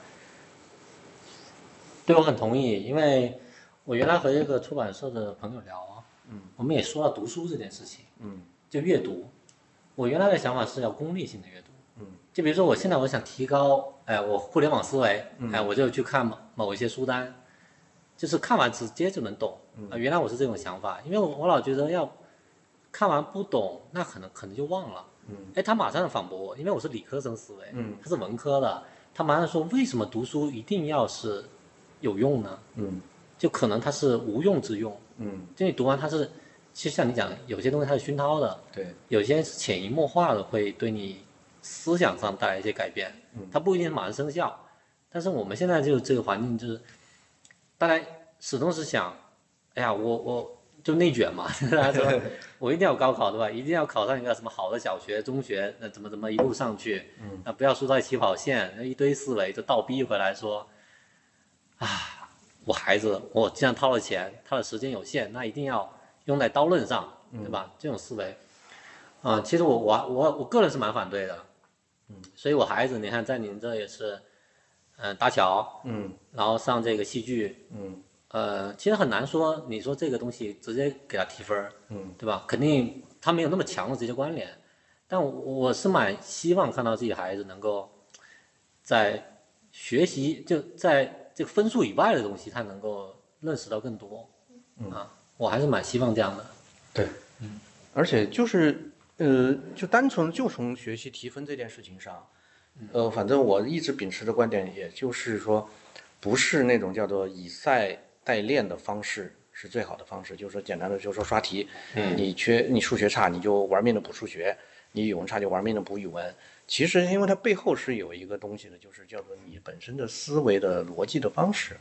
对，我很同意，因为我原来和一个出版社的朋友聊啊，嗯，我们也说到读书这件事情，嗯就阅读。我原来的想法是要功利性的阅读，嗯，就比如说我现在我想提高，哎，我互联网思维，嗯哎，我就去看某某一些书单，就是看完直接就能懂。嗯啊、原来我是这种想法，因为我我老觉得要看完不懂，那可能可能就忘了。嗯哎，他马上反驳我，因为我是理科生思维，嗯他是文科的，他马上说为什么读书一定要是有用呢？嗯就可能它是无用之用，嗯，就你读完它是，其实像你讲，有些东西它是熏陶的，对，有些是潜移默化的会对你思想上带来一些改变，嗯它不一定马上生效，但是我们现在就这个环境就是，大家始终是想，哎呀，我我就内卷嘛， 大家 说我一定要高考对吧？一定要考上一个什么好的小学、中学，那怎么怎么一路上去，嗯啊，不要输在起跑线，那一堆思维就倒逼回来说，啊我孩子，我既然掏了钱，他的时间有限，那一定要用在刀刃上，嗯对吧？这种思维，啊、其实我我我我个人是蛮反对的，嗯，所以我孩子，你看在您这也是，嗯、搭桥，嗯然后上这个戏剧，嗯呃，其实很难说，你说这个东西直接给他提分儿，嗯对吧？肯定他没有那么强的直接关联，但我我是蛮希望看到自己孩子能够在学习就在这个分数以外的东西，他能够认识到更多。啊，我还是蛮希望这样的。对，嗯，而且就是呃，就单纯就从学习提分这件事情上，呃，反正我一直秉持的观点，也就是说，不是那种叫做以赛代练的方式是最好的方式。就是说，简单的就是说刷题，嗯你缺你数学差，你就玩命的补数学；你语文差就玩命的补语文。其实，因为它背后是有一个东西的，就是叫做你本身的思维的逻辑的方式。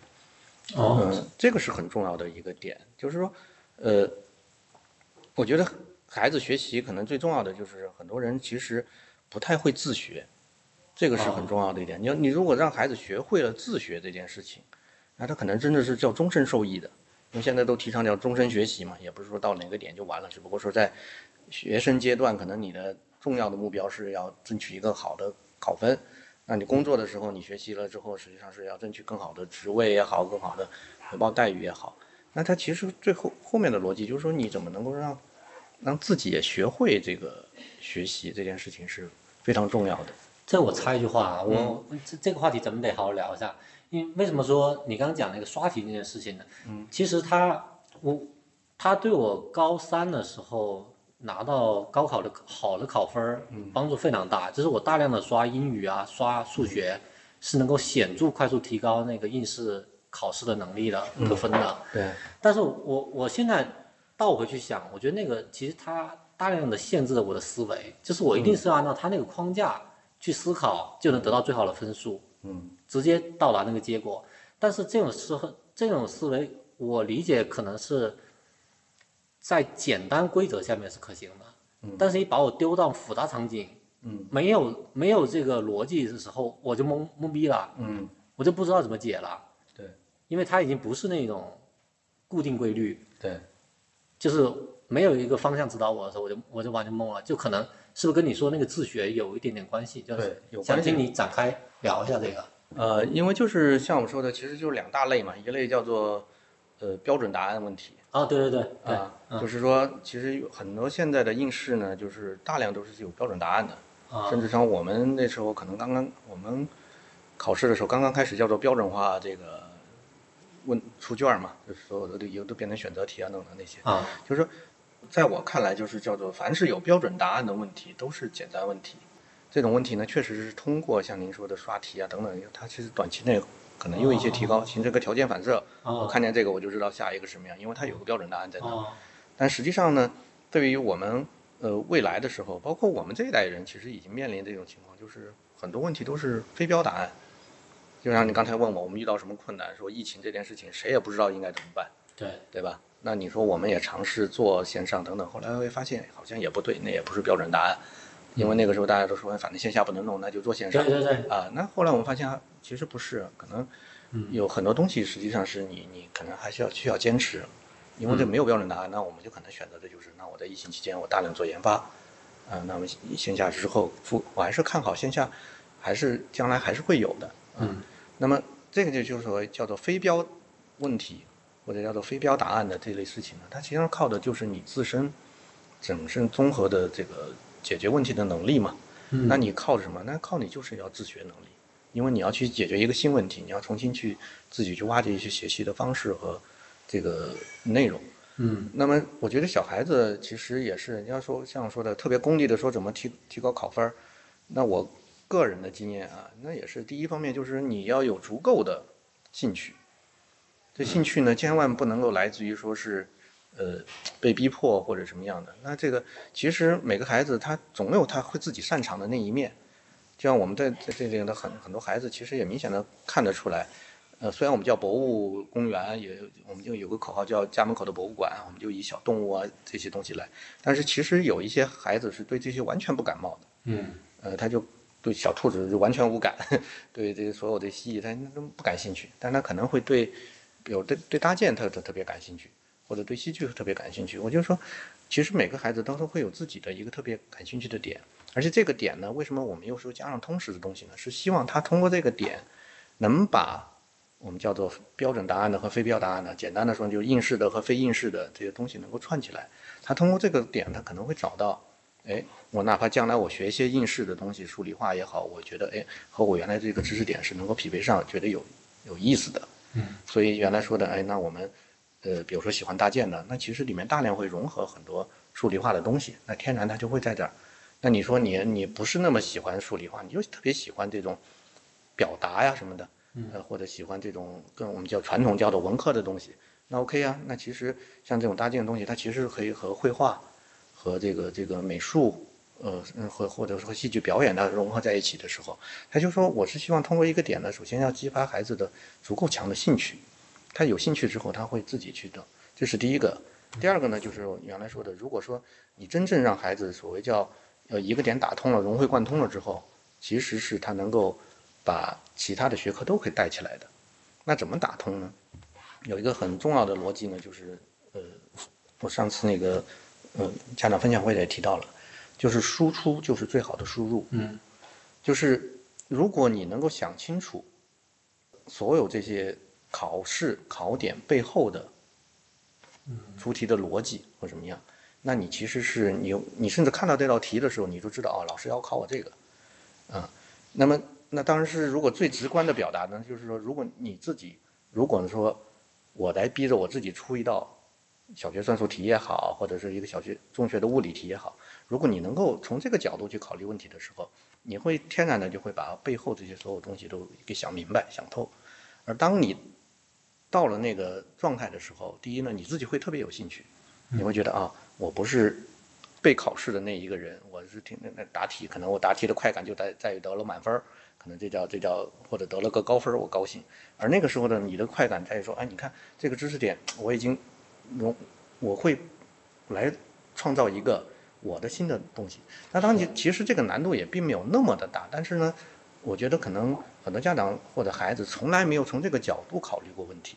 哦，嗯，这个是很重要的一个点，就是说，呃，我觉得孩子学习可能最重要的就是很多人其实不太会自学，这个是很重要的一点。你要你如果让孩子学会了自学这件事情，那他可能真的是叫终身受益的，因为现在都提倡叫终身学习嘛，也不是说到哪个点就完了，只不过说在学生阶段，可能你的重要的目标是要争取一个好的考分。那你工作的时候，你学习了之后，实际上是要争取更好的职位也好，更好的回报待遇也好。那他其实最后后面的逻辑就是说，你怎么能够让让自己也学会这个学习这件事情是非常重要的。这我插一句话啊，我、这这个话题咱们得好好聊一下。因为为什么说你刚刚讲那个刷题那件事情呢？嗯，其实他我他对我高三的时候拿到高考的好的考分儿，帮助非常大。就是我大量的刷英语啊，刷数学，是能够显著快速提高那个应试考试的能力的得分的。对，但是我我现在倒回去想，我觉得那个其实它大量的限制了我的思维，就是我一定是要按照它那个框架去思考，就能得到最好的分数，嗯直接到达那个结果。但是这种思和这种思维，我理解可能是在简单规则下面是可行的，但是一把我丢到复杂场景，嗯，没有没有这个逻辑的时候，我就懵懵逼了，嗯，我就不知道怎么解了，对因为它已经不是那种固定规律，对就是没有一个方向指导我的时候，我就我就完全懵了，就可能是不是跟你说那个自学有一点点关系，就对是有关想系听你展开聊一下这个。呃，因为就是像我们说的，其实就是两大类嘛，一类叫做呃标准答案问题，哦，对对对对，啊，就是说，其实有很多现在的应试呢，就是大量都是有标准答案的，啊甚至像我们那时候可能刚刚我们考试的时候刚刚开始叫做标准化这个问出卷儿嘛，就是所有的都以后都变成选择题啊等等那些，啊，就是说在我看来，就是叫做凡是有标准答案的问题都是简单问题，这种问题呢，确实是通过像您说的刷题啊等等，它其实短期内可能有一些提高，形成个条件反射，哦我看见这个我就知道下一个什么样，因为它有个标准答案在那儿。哦，但实际上呢，对于我们呃未来的时候，包括我们这一代人，其实已经面临这种情况，就是很多问题都是非标答案。就像你刚才问我，我们遇到什么困难，说疫情这件事情，谁也不知道应该怎么办，对，对吧？那你说我们也尝试做线上等等，后来会发现好像也不对，那也不是标准答案，因为那个时候大家都说，哎反正线下不能弄，那就做线上对。对对，嗯啊，那后来我们发现啊其实不是，可能有很多东西实际上是你你可能还是要需要坚嗯持，因为这没有标准答案，那我们就可能选择的就是，那我在疫情期间我大量做研发，啊、那么线下之后复，我还是看好线下，还是将来还是会有的。啊嗯，那么这个就就是所谓叫做非标问题，或者叫做非标答案的这类事情呢，它实际上靠的就是你自身整身综合的这个解决问题的能力嘛。嗯那你靠什么？那靠你就是要自学能力，因为你要去解决一个新问题，你要重新去自己去挖掘一些学习的方式和这个内容。嗯那么我觉得小孩子其实也是，你要说像我说的特别功利的说怎么提提高考分儿，那我个人的经验啊，那也是第一方面就是你要有足够的兴趣，这兴趣呢千万不能够来自于说是呃被逼迫或者什么样的。那这个其实每个孩子他总有他会自己擅长的那一面，就像我们在在这里的很很多孩子其实也明显的看得出来，呃，虽然我们叫博物公园，也我们就有个口号叫家门口的博物馆，我们就以小动物啊这些东西来，但是其实有一些孩子是对这些完全不感冒的，嗯呃，他就对小兔子就完全无感， 对这些所有的蜥蜴他都不感兴趣，但他可能会对，有对对搭建他特特别感兴趣，或者对戏剧特别感兴趣。我就说，其实每个孩子当中会有自己的一个特别感兴趣的点，而且这个点呢，为什么我们有时候加上通识的东西呢？是希望他通过这个点，能把我们叫做标准答案的和非标答案的，简单的说就是应试的和非应试的这些东西能够串起来。他通过这个点，他可能会找到，哎，我哪怕将来我学一些应试的东西，数理化也好，我觉得哎和我原来这个知识点是能够匹配上，觉得有有意思的。嗯所以原来说的，哎，那我们，呃，比如说喜欢搭建的，那其实里面大量会融合很多数理化的东西，那天然它就会在这儿。那你说你你不是那么喜欢数理化，你就特别喜欢这种表达呀什么的，呃，或者喜欢这种跟我们叫传统叫做文科的东西，那 OK 啊，那其实像这种搭建的东西，它其实可以和绘画和这个这个美术。呃，嗯或或者说戏剧表演它融合在一起的时候，他就说我是希望通过一个点呢，首先要激发孩子的足够强的兴趣，他有兴趣之后，他会自己去整，这是第一个。第二个呢，就是我原来说的，如果说你真正让孩子所谓叫呃一个点打通了、融会贯通了之后，其实是他能够把其他的学科都可以带起来的。那怎么打通呢？有一个很重要的逻辑呢，就是呃，我上次那个呃家长分享会也提到了，就是输出就是最好的输入。嗯就是如果你能够想清楚所有这些考试考点背后的出题的逻辑或怎么样，那你其实是你有你甚至看到这道题的时候，你就知道哦，老师要考我这个，啊，那么那当然是如果最直观的表达呢，就是说，如果你自己如果说我来逼着我自己出一道小学算术题也好，或者是一个小学中学的物理题也好，如果你能够从这个角度去考虑问题的时候，你会天然的就会把背后这些所有东西都给想明白、想透。而当你到了那个状态的时候，第一呢，你自己会特别有兴趣，你会觉得啊，我不是被考试的那一个人，我是听那那答题，可能我答题的快感就在在于得了满分儿，可能这叫这叫或者得了个高分儿，我高兴。而那个时候呢，你的快感在于说，哎，你看这个知识点我已经融，我会来创造一个我的新的东西。那当然，其实这个难度也并没有那么的大，但是呢，我觉得可能很多家长或者孩子从来没有从这个角度考虑过问题。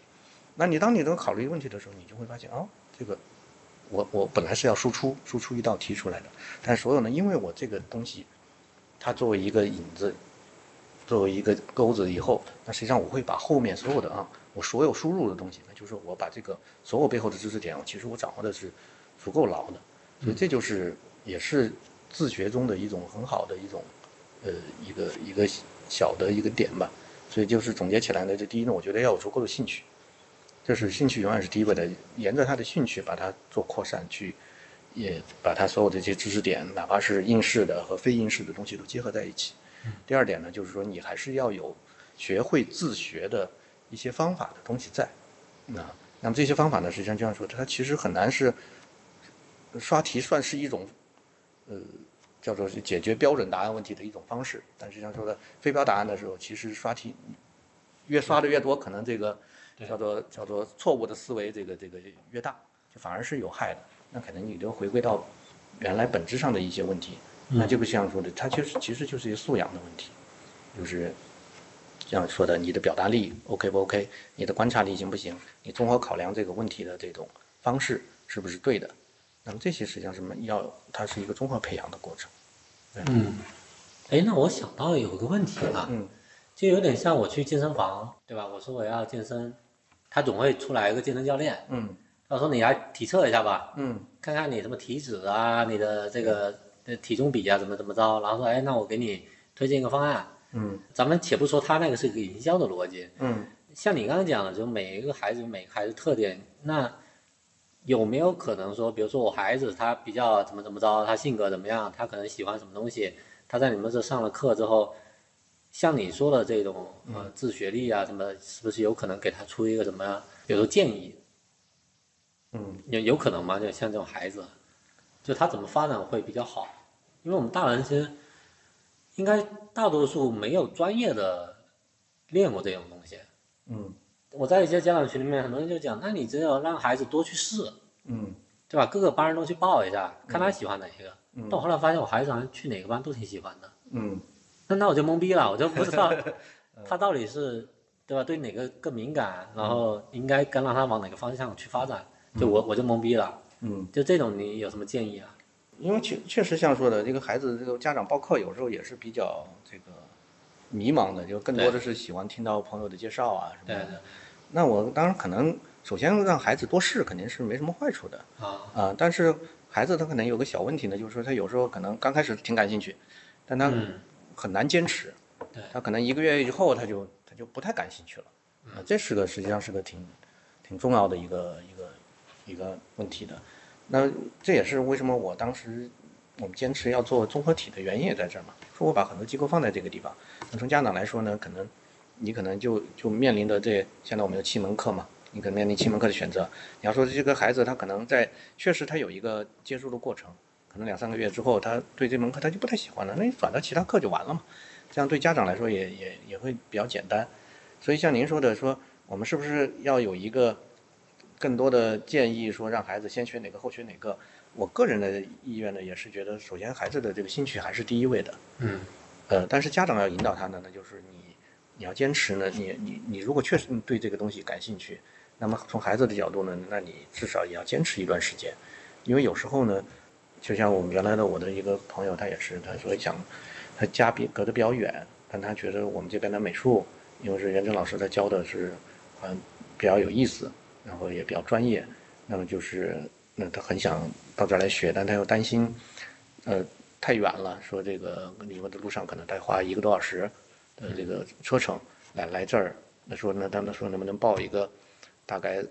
那你当你能考虑问题的时候，你就会发现哦，这个我我本来是要输出输出一道题出来的，但所有呢，因为我这个东西，它作为一个引子，作为一个钩子以后，那实际上我会把后面所有的啊，我所有输入的东西，那就是我把这个所有背后的知识点，其实我掌握的是足够牢的，所以这就是也是自学中的一种很好的一种，呃，一个一个小的一个点吧。所以就是总结起来呢，这第一呢，我觉得要有足够的兴趣，就是兴趣永远是第一位的，沿着他的兴趣把它做扩散去，也把他所有的这些知识点，哪怕是应试的和非应试的东西都结合在一起。第二点呢，就是说你还是要有学会自学的一些方法的东西在，啊，那么这些方法呢，实际上就像说，它其实很难是刷题算是一种，呃，叫做是解决标准答案问题的一种方式。但实际上说的非标答案的时候，其实刷题越刷的越多，可能这个对叫做叫做错误的思维，这个这个越大，就反而是有害的。那可能你就回归到原来本质上的一些问题。那这个像说的，它就是其实就是一个素养的问题，就是像说的，你的表达力 OK 不 OK，你的观察力行不行，你综合考量这个问题的这种方式是不是对的，那么这些实际上是要它是一个综合培养的过程。嗯，哎，那我想到有个问题啊，嗯就有点像我去健身房，对吧？我说我要健身，他总会出来一个健身教练，嗯他说你来体测一下吧，嗯看看你什么体脂啊，你的这个呃体重比啊，怎么怎么着，然后说，哎，那我给你推荐一个方案。嗯咱们且不说他那个是一个营销的逻辑，嗯像你刚刚讲的，就每一个孩子有每个孩子特点，那有没有可能说，比如说我孩子他比较怎么怎么着，他性格怎么样，他可能喜欢什么东西，他在你们这上了课之后，像你说的这种呃自学历啊什么的，是不是有可能给他出一个什么，比如说建议，啊嗯有有可能吗？就像这种孩子，就他怎么发展会比较好？因为我们大人其实应该大多数没有专业的练过这种东西。嗯我在一些家长群里面，很多人就讲，那你只有让孩子多去试，嗯对吧？各个班都去报一下，看他喜欢哪一个。嗯但我后来发现，我孩子好像去哪个班都挺喜欢的，嗯那那我就懵逼了，我就不知 道他到底是对吧，对哪个更敏感，然嗯后应该该让他往哪个方向去发展，就我我就懵逼了。嗯，就这种，你有什么建议啊？因为确确实像说的，这个孩子这个家长报课有时候也是比较这个迷茫的，就更多的是喜欢听到朋友的介绍啊什对么对的。那我当然可能首先让孩子多试肯定是没什么坏处的啊，啊、但是孩子他可能有个小问题呢，就是说他有时候可能刚开始挺感兴趣，但他嗯很难坚持对，他可能一个月以后他就他就不太感兴趣了，啊，这是个实际上是个挺挺重要的一个一个一个问题的。那这也是为什么我当时我们坚持要做综合体的原因也在这儿嘛，说我把很多机构放在这个地方。那从家长来说呢，可能你可能就就面临的这现在我们有七门课嘛，你可能面临七门课的选择。你要说这个孩子他可能在确实他有一个接触的过程，可能两三个月之后他对这门课他就不太喜欢了，那你转到其他课就完了嘛。这样对家长来说也也也会比较简单。所以像您说的说，我们是不是要有一个更多的建议，说让孩子先学哪个后学哪个？我个人的意愿呢，也是觉得首先孩子的这个兴趣还是第一位的。嗯呃，但是家长要引导他呢，那就是你你要坚持呢，你你你如果确实对这个东西感兴趣，那么从孩子的角度呢，那你至少也要坚持一段时间，因为有时候呢，就像我们原来的我的一个朋友，他也是，他说想他家比隔得比较远，但他觉得我们这边的美术，因为是袁征老师他教的是，嗯，比较有意思，然后也比较专业，那么就是那他很想到这儿来学，但他又担心，呃，太远了，说这个你们的路上可能得花一个多小时的这个车程来来这儿，那说那他们说能不能报一个大概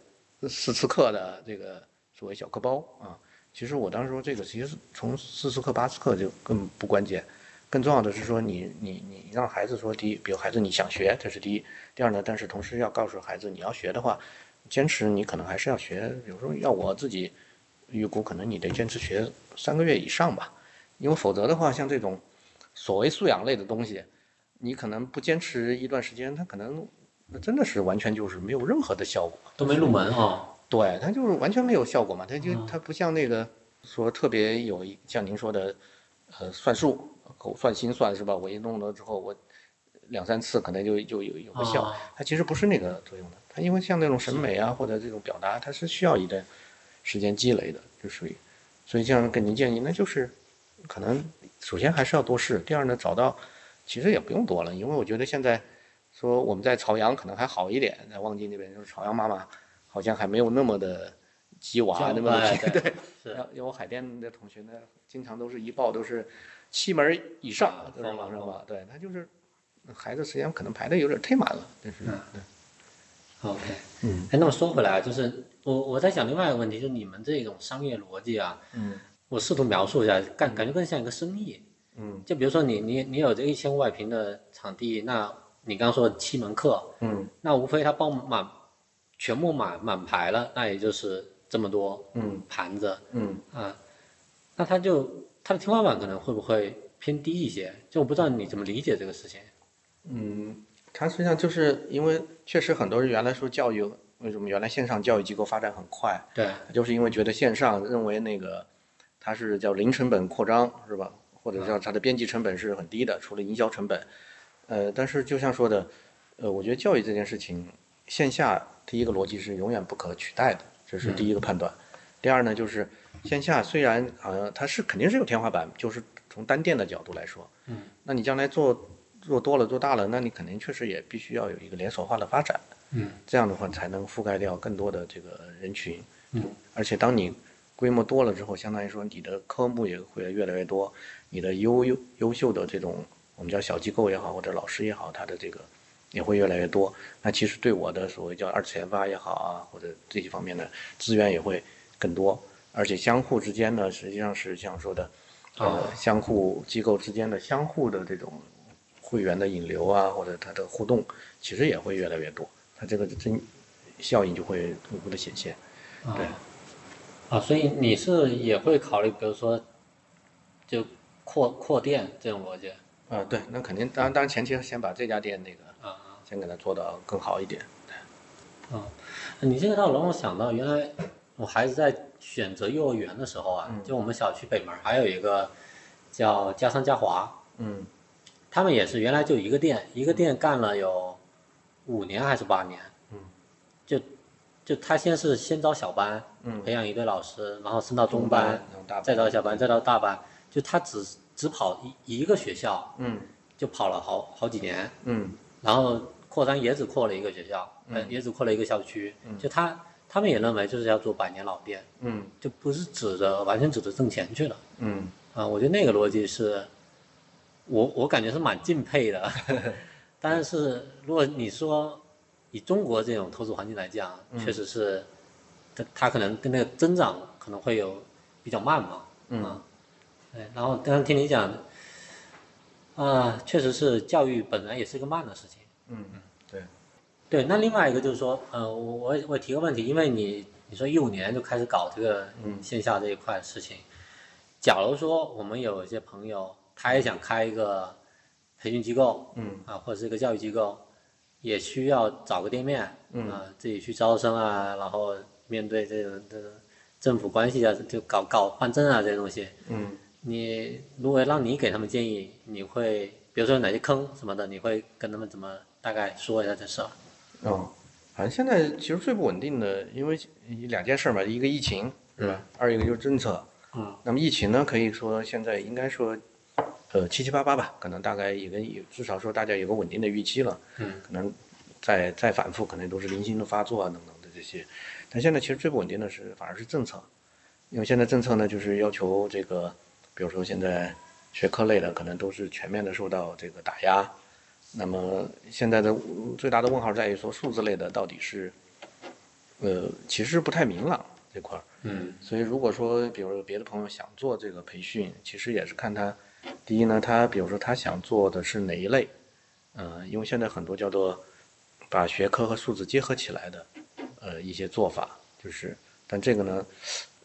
四次课的这个所谓小课包啊？其实我当时说这个其实从四次课八次课就更不关键，更重要的是说你你你让孩子说第一，比如孩子你想学，这是第一；第二呢，但是同时要告诉孩子你要学的话，坚持你可能还是要学，有时候要我自己预估，可能你得坚持学三个月以上吧。因为否则的话，像这种所谓素养类的东西，你可能不坚持一段时间，它可能那真的是完全就是没有任何的效果。都没入门哦。对，它就是完全没有效果嘛，它就嗯它不像那个说特别有一像您说的，呃，算术口算心算是吧？我一弄了之后，我两三次可能就就有有个效，啊它其实不是那个作用的。它因为像那种审美啊或者这种表达，它是需要一段时间积累的，就属于。所以这样给您建议，那就是可能首先还是要多试，第二呢，找到其实也不用多了，因为我觉得现在说我们在朝阳可能还好一点，在望京那边就是朝阳妈妈好像还没有那么的鸡娃教那么的哎鸡对 对。是要有我海淀的同学呢，经常都是一报都是七门儿以上啊，都是疯了往上疯了报。对，他就是孩子时间可能排的有点忒满了，但是嗯 OK，嗯哎，那么说回来，就是我我在想另外一个问题，就是你们这种商业逻辑啊，嗯我试图描述一下，感感觉更像一个生意。嗯就比如说你你你有这一千五百平的场地，那你刚刚说七门课，嗯那无非他报满全部满满排了，那也就是这么多嗯盘子嗯啊，那他就他的天花板可能会不会偏低一些？就我不知道你怎么理解这个事情。嗯，它实际上就是因为确实很多人原来说教育为什么原来线上教育机构发展很快，啊对，就是因为觉得线上认为那个它是叫零成本扩张是吧？或者叫嗯它的边际成本是很低的，除了营销成本。呃，但是就像说的，呃，我觉得教嗯育这件事情，线下第一个逻辑是永远不可取代的，这是第一个判断。第二呢，就是线下虽然好像它是肯定是有天花板，就是从单店的角度来说，嗯，那你将来做做多了做大了，那你肯定确实也必须要有一个连锁化的发展，嗯，这样的话才能覆盖掉更多的这个人群，嗯，而且当你规模多了之后，相当于说你的科目也会越来越多，你的优优优秀的这种我们叫小机构也好，或者老师也好，他的这个也会越来越多。那其实对我的所谓叫二次研发也好啊，或者这些方面的资源也会更多，而且相互之间呢，实际上是像说的，呃，相互机构之间的相互的这种会员的引流啊，或者它的互动，其实也会越来越多，它这个真效应就会逐步的显现。啊对啊，所以你是也会考虑，比如说就扩扩店这种逻辑啊、对，那肯定，当然，当然前期先把这家店那个啊啊。先给它做到更好一点。啊，你这个倒让我想到，原来我孩子在选择幼儿园的时候啊，嗯就我们小区北门儿还有一个叫家商家华，嗯他们也是原来就一个店，一个店干了有五年还是八年，嗯，就就他先是先招小班，嗯，培养一堆老师，然后升到中班班，，然后大再到小班，再到大班，就他只只跑一一个学校，嗯就跑了好好几年，嗯然后扩张也只扩了一个学校，呃，也只扩了一个校区，就他他们也认为就是要做百年老店，嗯就不是指着完全指着挣钱去了嗯啊、我觉得那个逻辑是，我我感觉是蛮敬佩的，但是如果你说以中国这种投资环境来讲，确实是，它它可能跟那个增长可能会有比较慢嘛，嗯啊，对，然后刚刚听你讲，啊、确实是教育本来也是一个慢的事情。嗯，对，对，那另外一个就是说，呃，我我也我也提个问题，因为你你说一五年就开始搞这个嗯线下这一块事情，假如说我们有一些朋友他也想开一个培训机构嗯啊，或者是一个教育机构，也需要找个店面，嗯啊，自己去招生啊，然后面对这种这种政府关系啊，就搞搞办证啊这些东西，嗯你如果让你给他们建议，你会比如说有哪些坑什么的，你会跟他们怎么大概说一下这事儿？哦，反正现在其实最不稳定的，因为两件事嘛，一个疫情是吧？二一个就是政策。嗯那么疫情呢，可以说现在应该说，呃，七七八八吧，可能大概也跟有至少说大家有个稳定的预期了。嗯可能再再反复，可能都是零星的发作啊等等的这些。但现在其实最不稳定的是反而是政策，因为现在政策呢就是要求这个，比如说现在学科类的可能都是全面的受到这个打压。那么现在的嗯最大的问号在于说数字类的到底是，呃，其实不太明朗这块儿。嗯所以如果说，比如别的朋友想做这个培训，其实也是看他，第一呢，他比如说他想做的是哪一类，嗯、因为现在很多叫做把学科和数字结合起来的，呃，一些做法，就是，但这个呢，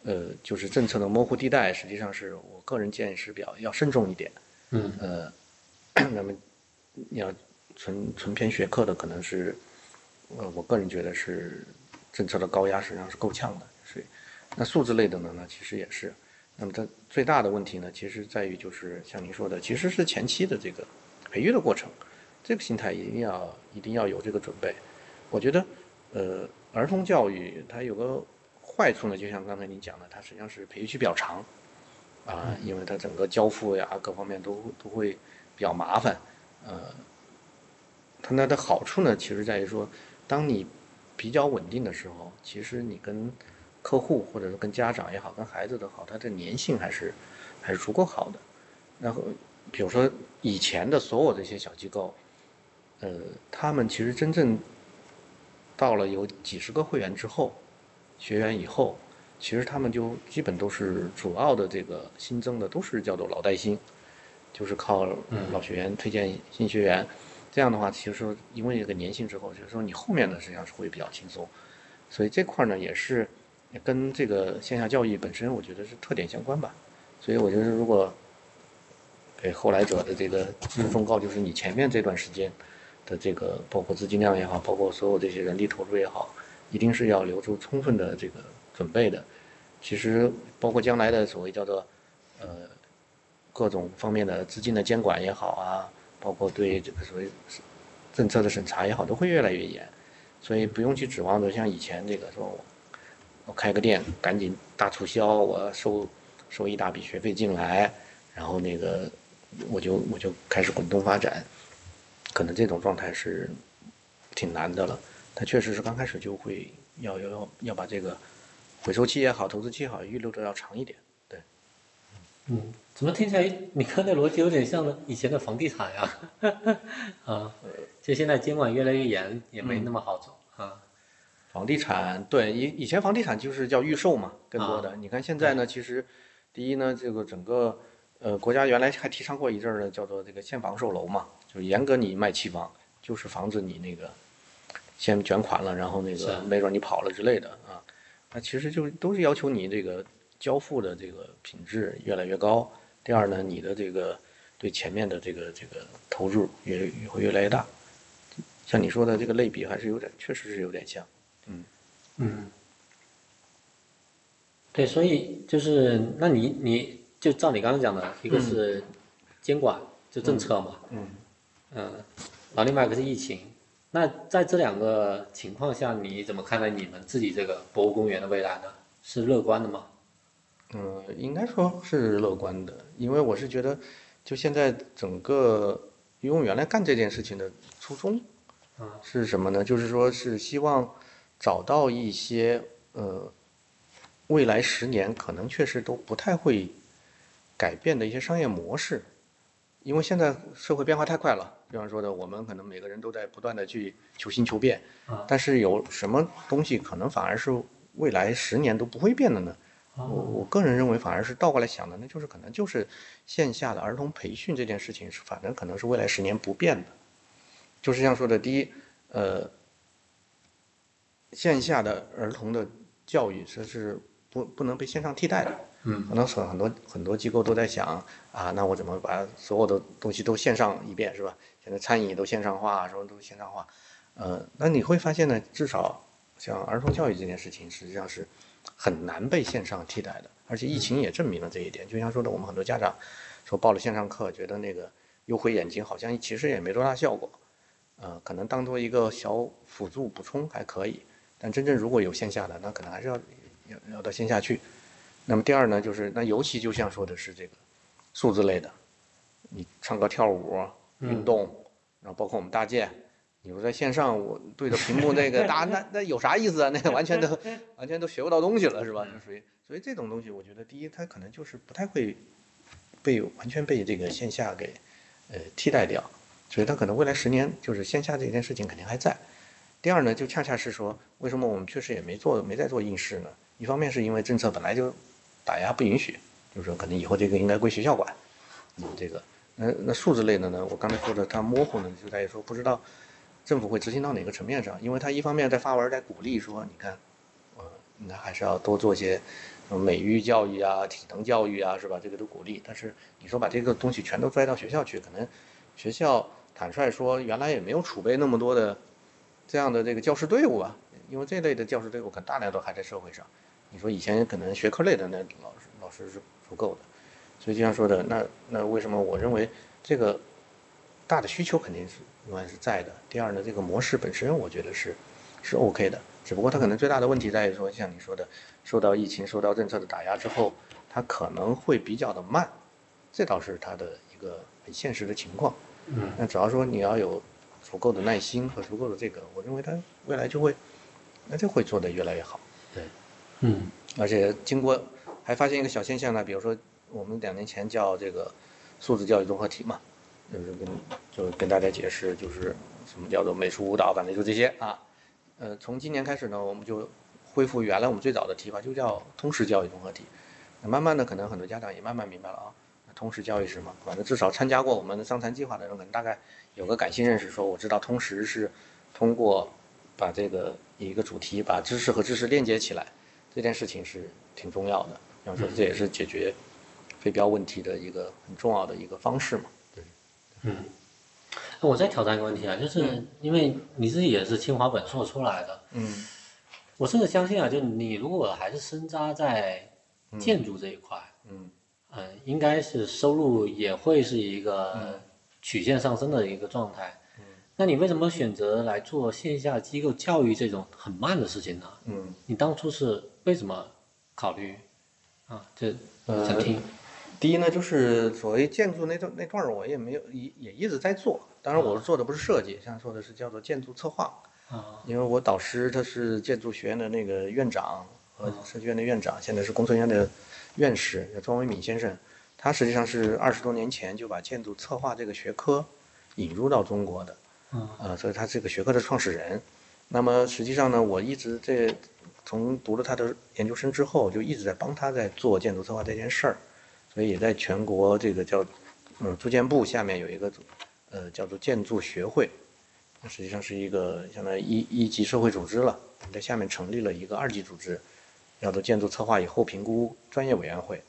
呃，就是政策的模糊地带，实际上是我个人建议是比较要慎重一点，嗯呃， 那么你要纯纯偏学科的，可能是，呃，我个人觉得是政策的高压实际上是够呛的，所以那素质类的呢，那其实也是。那么它最大的问题呢，其实在于就是像您说的，其实是前期的这个培育的过程，这个心态一定要一定要有这个准备。我觉得，呃，儿童教育它有个坏处呢，就像刚才您讲的，它实际上是培育期比较长，啊、因为它整个交付呀各方面都都会比较麻烦，呃，它那的好处呢，其实在于说，当你比较稳定的时候，其实你跟客户或者是跟家长也好，跟孩子都好，它的粘性还是还是足够好的。然后，比如说以前的所有的一些小机构，呃，他们其实真正到了有几十个会员之后，学员以后，其实他们就基本都是主要的这个新增的都是叫做老带新，就是靠嗯老学员推荐新学员。这样的话，其实说因为有个粘性之后，就是说你后面的实际上是会比较轻松。所以这块儿呢，也是跟这个线下教育本身，我觉得是特点相关吧。所以我觉得，如果给后来者的这个忠告，就是你前面这段时间的这个，包括资金量也好，包括所有这些人力投入也好，一定是要留出充分的这个准备的。其实，包括将来的所谓叫做呃各种方面的资金的监管也好啊，包括对这个所谓政策的审查也好，都会越来越严。所以不用去指望着像以前这个说我我开个店，赶紧大促销，我收收一大笔学费进来，然后那个我就我就开始滚动发展，可能这种状态是挺难的了。它确实是刚开始就会要要要要把这个回收期也好，投资期也好，预留的要长一点。对，嗯，怎么听起来你刚才逻辑有点像以前的房地产呀？ 啊，就现在监管越来越严，也没那么好做、啊。房地产对以以前房地产就是叫预售嘛，更多的。你看现在呢，其实第一呢，这个整个呃国家原来还提倡过一阵儿呢，叫做这个现房售楼嘛，就是严格你卖期房，就是防止你那个先卷款了，然后那是个没准你跑了之类的啊。那其实就是都是要求你这个交付的这个品质越来越高。第二呢，你的这个对前面的这个这个投入也也会越来越大。像你说的这个类比还是有点，确实是有点像。嗯，对，所以就是，那你你就照你刚刚讲的，一个是监管，就政策嘛，嗯。嗯，然后另外一个是疫情。那在这两个情况下，你怎么看待你们自己这个博物公园的未来呢？是乐观的吗？嗯，应该说是乐观的，因为我是觉得，就现在整个，因为我原来干这件事情的初衷啊是什么呢？就是说是希望找到一些呃，未来十年可能确实都不太会改变的一些商业模式，因为现在社会变化太快了。比方说的，我们可能每个人都在不断的去求新求变啊，但是有什么东西可能反而是未来十年都不会变的呢？我哦，我个人认为，反而是倒过来想的，那就是可能就是线下的儿童培训这件事情是，反正可能是未来十年不变的。就是像说的，第一，呃，线下的儿童的教育这是不不能被线上替代的。嗯可能很很多很多机构都在想啊，那我怎么把所有的东西都线上一遍是吧？现在餐饮也都线上化，什么都线上化。呃，那你会发现呢，至少像儿童教育这件事情，实际上是很难被线上替代的。而且疫情也证明了这一点。就像说的，我们很多家长说报了线上课，觉得那个又毁眼睛，好像其实也没多大效果。呃，可能当做一个小辅助补充还可以，但真正如果有线下的，那可能还是要要要到线下去。那么第二呢，就是那尤其就像说的是这个数字类的，你唱歌跳舞、运嗯，动，然后包括我们大健，你说在线上我对着屏幕那个大家那那有啥意思啊？那个完全都完全都学不到东西了，是吧？就属于所以这种东西，我觉得第一，它可能就是不太会被完全被这个线下给呃替代掉，所以它可能未来十年就是线下这件事情肯定还在。第二呢，就恰恰是说，为什么我们确实也没做没在做应试呢？一方面是因为政策本来就打压不允许，就是说可能以后这个应该归学校管，嗯，这个。那那数字类的呢？我刚才说的，它模糊呢，就在于说不知道政府会执行到哪个层面上，因为它一方面在发文在鼓励说，你看，呃，应该还是要多做一些什么美育教育啊、体能教育啊，是吧？这个都鼓励。但是你说把这个东西全都拽到学校去，可能学校坦率说，原来也没有储备那么多的这样的这个教师队伍啊，因为这类的教师队伍可能大量都还在社会上。你说以前可能学科类的那老师老师是足够的，所以就像说的，那那为什么我认为这个大的需求肯定是永远是在的。第二呢，这个模式本身我觉得是是 OK 的，只不过它可能最大的问题在于说，像你说的，受到疫情、受到政策的打压之后，它可能会比较的慢，这倒是它的一个很现实的情况。嗯，那只要说你要有足够的耐心和足够的这个，我认为它未来就会，那就会做得越来越好。嗯，而且经过还发现一个小现象呢，比如说我们两年前叫这个素质教育综合体嘛，就是跟就是跟大家解释就是什么叫做美术舞蹈，反正就这些啊。呃，从今年开始呢，我们就恢复原来我们最早的提法，就叫通识教育综合体。那慢慢的，可能很多家长也慢慢明白了啊，那通识教育是什么？反正至少参加过我们的伤残计划的人，可能大概有个感性认识，说我知道通识是通过把这个一个主题把知识和知识链接起来。这件事情是挺重要的。比方说，这也是解决非标问题的一个很重要的一个方式嘛。我再挑战一个问题啊，就是因为你自己也是清华本硕出来的，嗯我甚至相信啊，就你如果还是深扎在建筑这一块，嗯嗯，应嗯呃该是收入也会是一个曲线上升的一个状态。那你为什么选择来做线下机构教育这种很慢的事情呢？嗯，你当初是为什么考虑啊？这呃想听。第一呢，就是所谓建筑那段那段儿，我也没有也也一直在做。当然，我做的不是设计，像说的是叫做建筑策划，啊因为我导师他是建筑学院的那个院长和设计院的院长，现在是工程院的院士，叫庄维敏先生。他实际上是二十多年前就把建筑策划这个学科引入到中国的。啊呃，所以他这个学科的创始人。那么实际上呢，我一直这从读了他的研究生之后，就一直在帮他在做建筑策划这件事儿，所以也在全国这个叫嗯住建部下面有一个呃叫做建筑学会，那实际上是一个相当于一一级社会组织了，我们在下面成立了一个二级组织，叫做建筑策划以后评估专业委员会。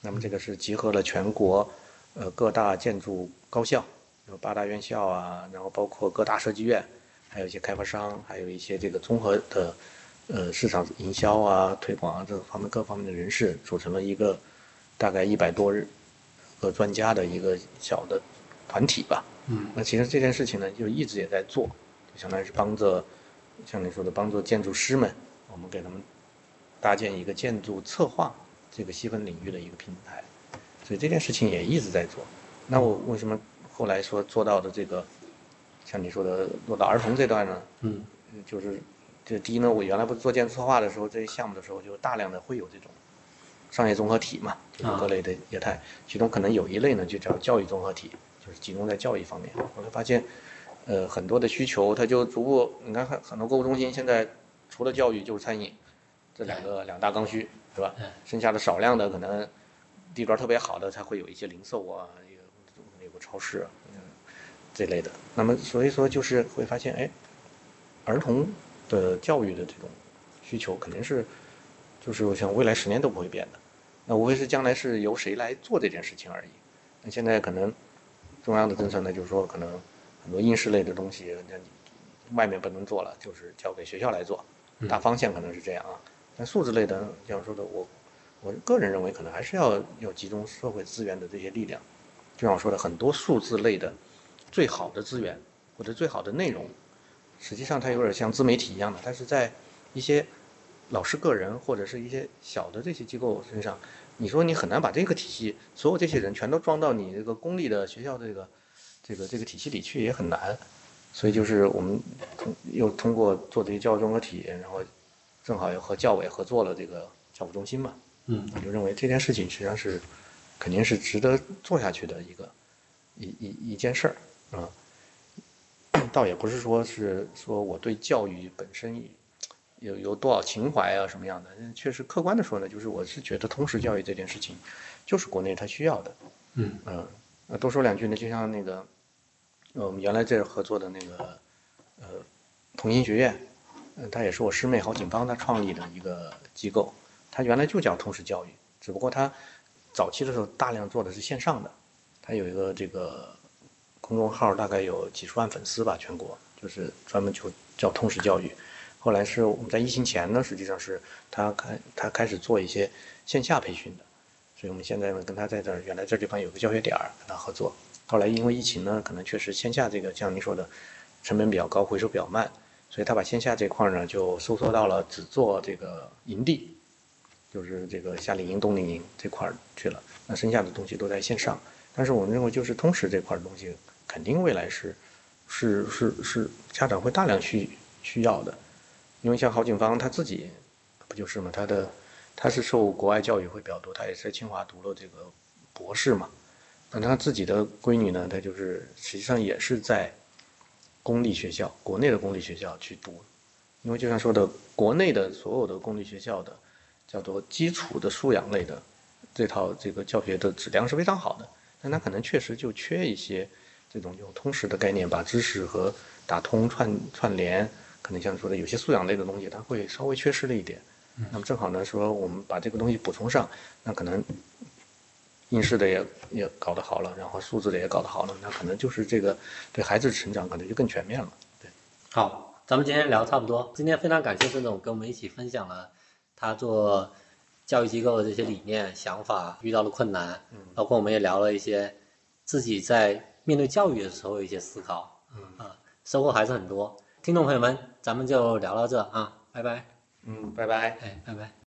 那么这个是集合了全国呃各大建筑高校。有八大院校啊，然后包括各大设计院，还有一些开发商，还有一些这个综合的呃市场营销啊、推广啊这方面各方面的人士，组成了一个大概一百多日个专家的一个小的团体吧。嗯那其实这件事情呢，就一直也在做，就相当于是帮着，像你说的，帮助建筑师们，我们给他们搭建一个建筑策划这个细分领域的一个平台，所以这件事情也一直在做。那我为什么后来说做到的这个，像你说的落到儿童这段呢？嗯嗯就是这第一呢，我原来不是做建筑策划的时候，这些项目的时候，就大量的会有这种商业综合体嘛，就是各类的业态，其中可能有一类呢就叫教育综合体，就是集中在教育方面。我就发现，呃，很多的需求它就逐步，你看很很多购物中心现在除了教育就是餐饮，这两个两大刚需，对吧对？剩下的少量的可能地段特别好的，才会有一些零售啊，有有个超市、啊。嗯这类的，那么所以说就是会发现，哎，儿童的教育的这种需求肯定是，就是我想未来十年都不会变的。那无非是将来是由谁来做这件事情而已。那现在可能中央的政策呢，就是说可能很多应试类的东西，那你外面不能做了，就是交给学校来做。嗯大方向可能是这样啊。但素质类的，这样说的，我我个人认为可能还是要要集中社会资源的这些力量。就像我说的，很多素质类的最好的资源或者最好的内容，实际上它有点像自媒体一样的，它是在一些老师个人或者是一些小的这些机构身上，你说你很难把这个体系所有这些人全都装到你这个公立的学校这个这个这个体系里去也很难，所以就是我们通又通过做这些教育综合体，然后正好又和教委合作了这个教务中心嘛，嗯我就认为这件事情实际上是肯定是值得做下去的一个一一一件事儿啊。倒也不是说是说我对教育本身有有多少情怀啊什么样的，嗯确实客观的说呢，就是我是觉得通识教育这件事情就是国内它需要的，嗯嗯，呃，多说两句呢，就像那个，呃我们原来这儿合作的那个，呃，同心学院，嗯、它也是我师妹郝景芳她创立的一个机构，它原来就叫通识教育，只不过它早期的时候大量做的是线上的，它有一个这个公众号，大概有几十万粉丝吧，全国就是专门就叫通识教育。后来是我们在疫情前呢，实际上是他开他开始做一些线下培训的，所以我们现在呢跟他在这儿原来这地方有个教学点儿跟他合作。后来因为疫情呢，可能确实线下这个像您说的成本比较高，回收比较慢，所以他把线下这块儿呢就收缩到了只做这个营地，就是这个夏令营、冬令营这块儿去了。那剩下的东西都在线上。但是我们认为，就是通识这块儿东西，肯定未来是是是是家长会大量需需要的，因为像郝景芳他自己不就是嘛，他的他是受国外教育会比较多，他也是在清华读了这个博士嘛。那他自己的闺女呢，她就是实际上也是在公立学校，国内的公立学校去读，因为就像说的，国内的所有的公立学校的叫做基础的素养类的这套这个教学的质量是非常好的，但它可能确实就缺一些这种用通识的概念把知识和打通串串联，可能像说的有些素养类的东西，它会稍微缺失了一点。那么正好呢，说我们把这个东西补充上，那可能应试的也也搞得好了，然后素质的也搞得好了，那可能就是这个对孩子成长可能就更全面了。好，咱们今天聊得差不多。今天非常感谢孙总跟我们一起分享了他做教育机构的这些理念、想法，遇到的困难，包括我们也聊了一些自己在面对教育的时候的一些思考。嗯啊，收获还是很多。听众朋友们，咱们就聊到这啊，拜拜。嗯，拜拜。哎，拜拜。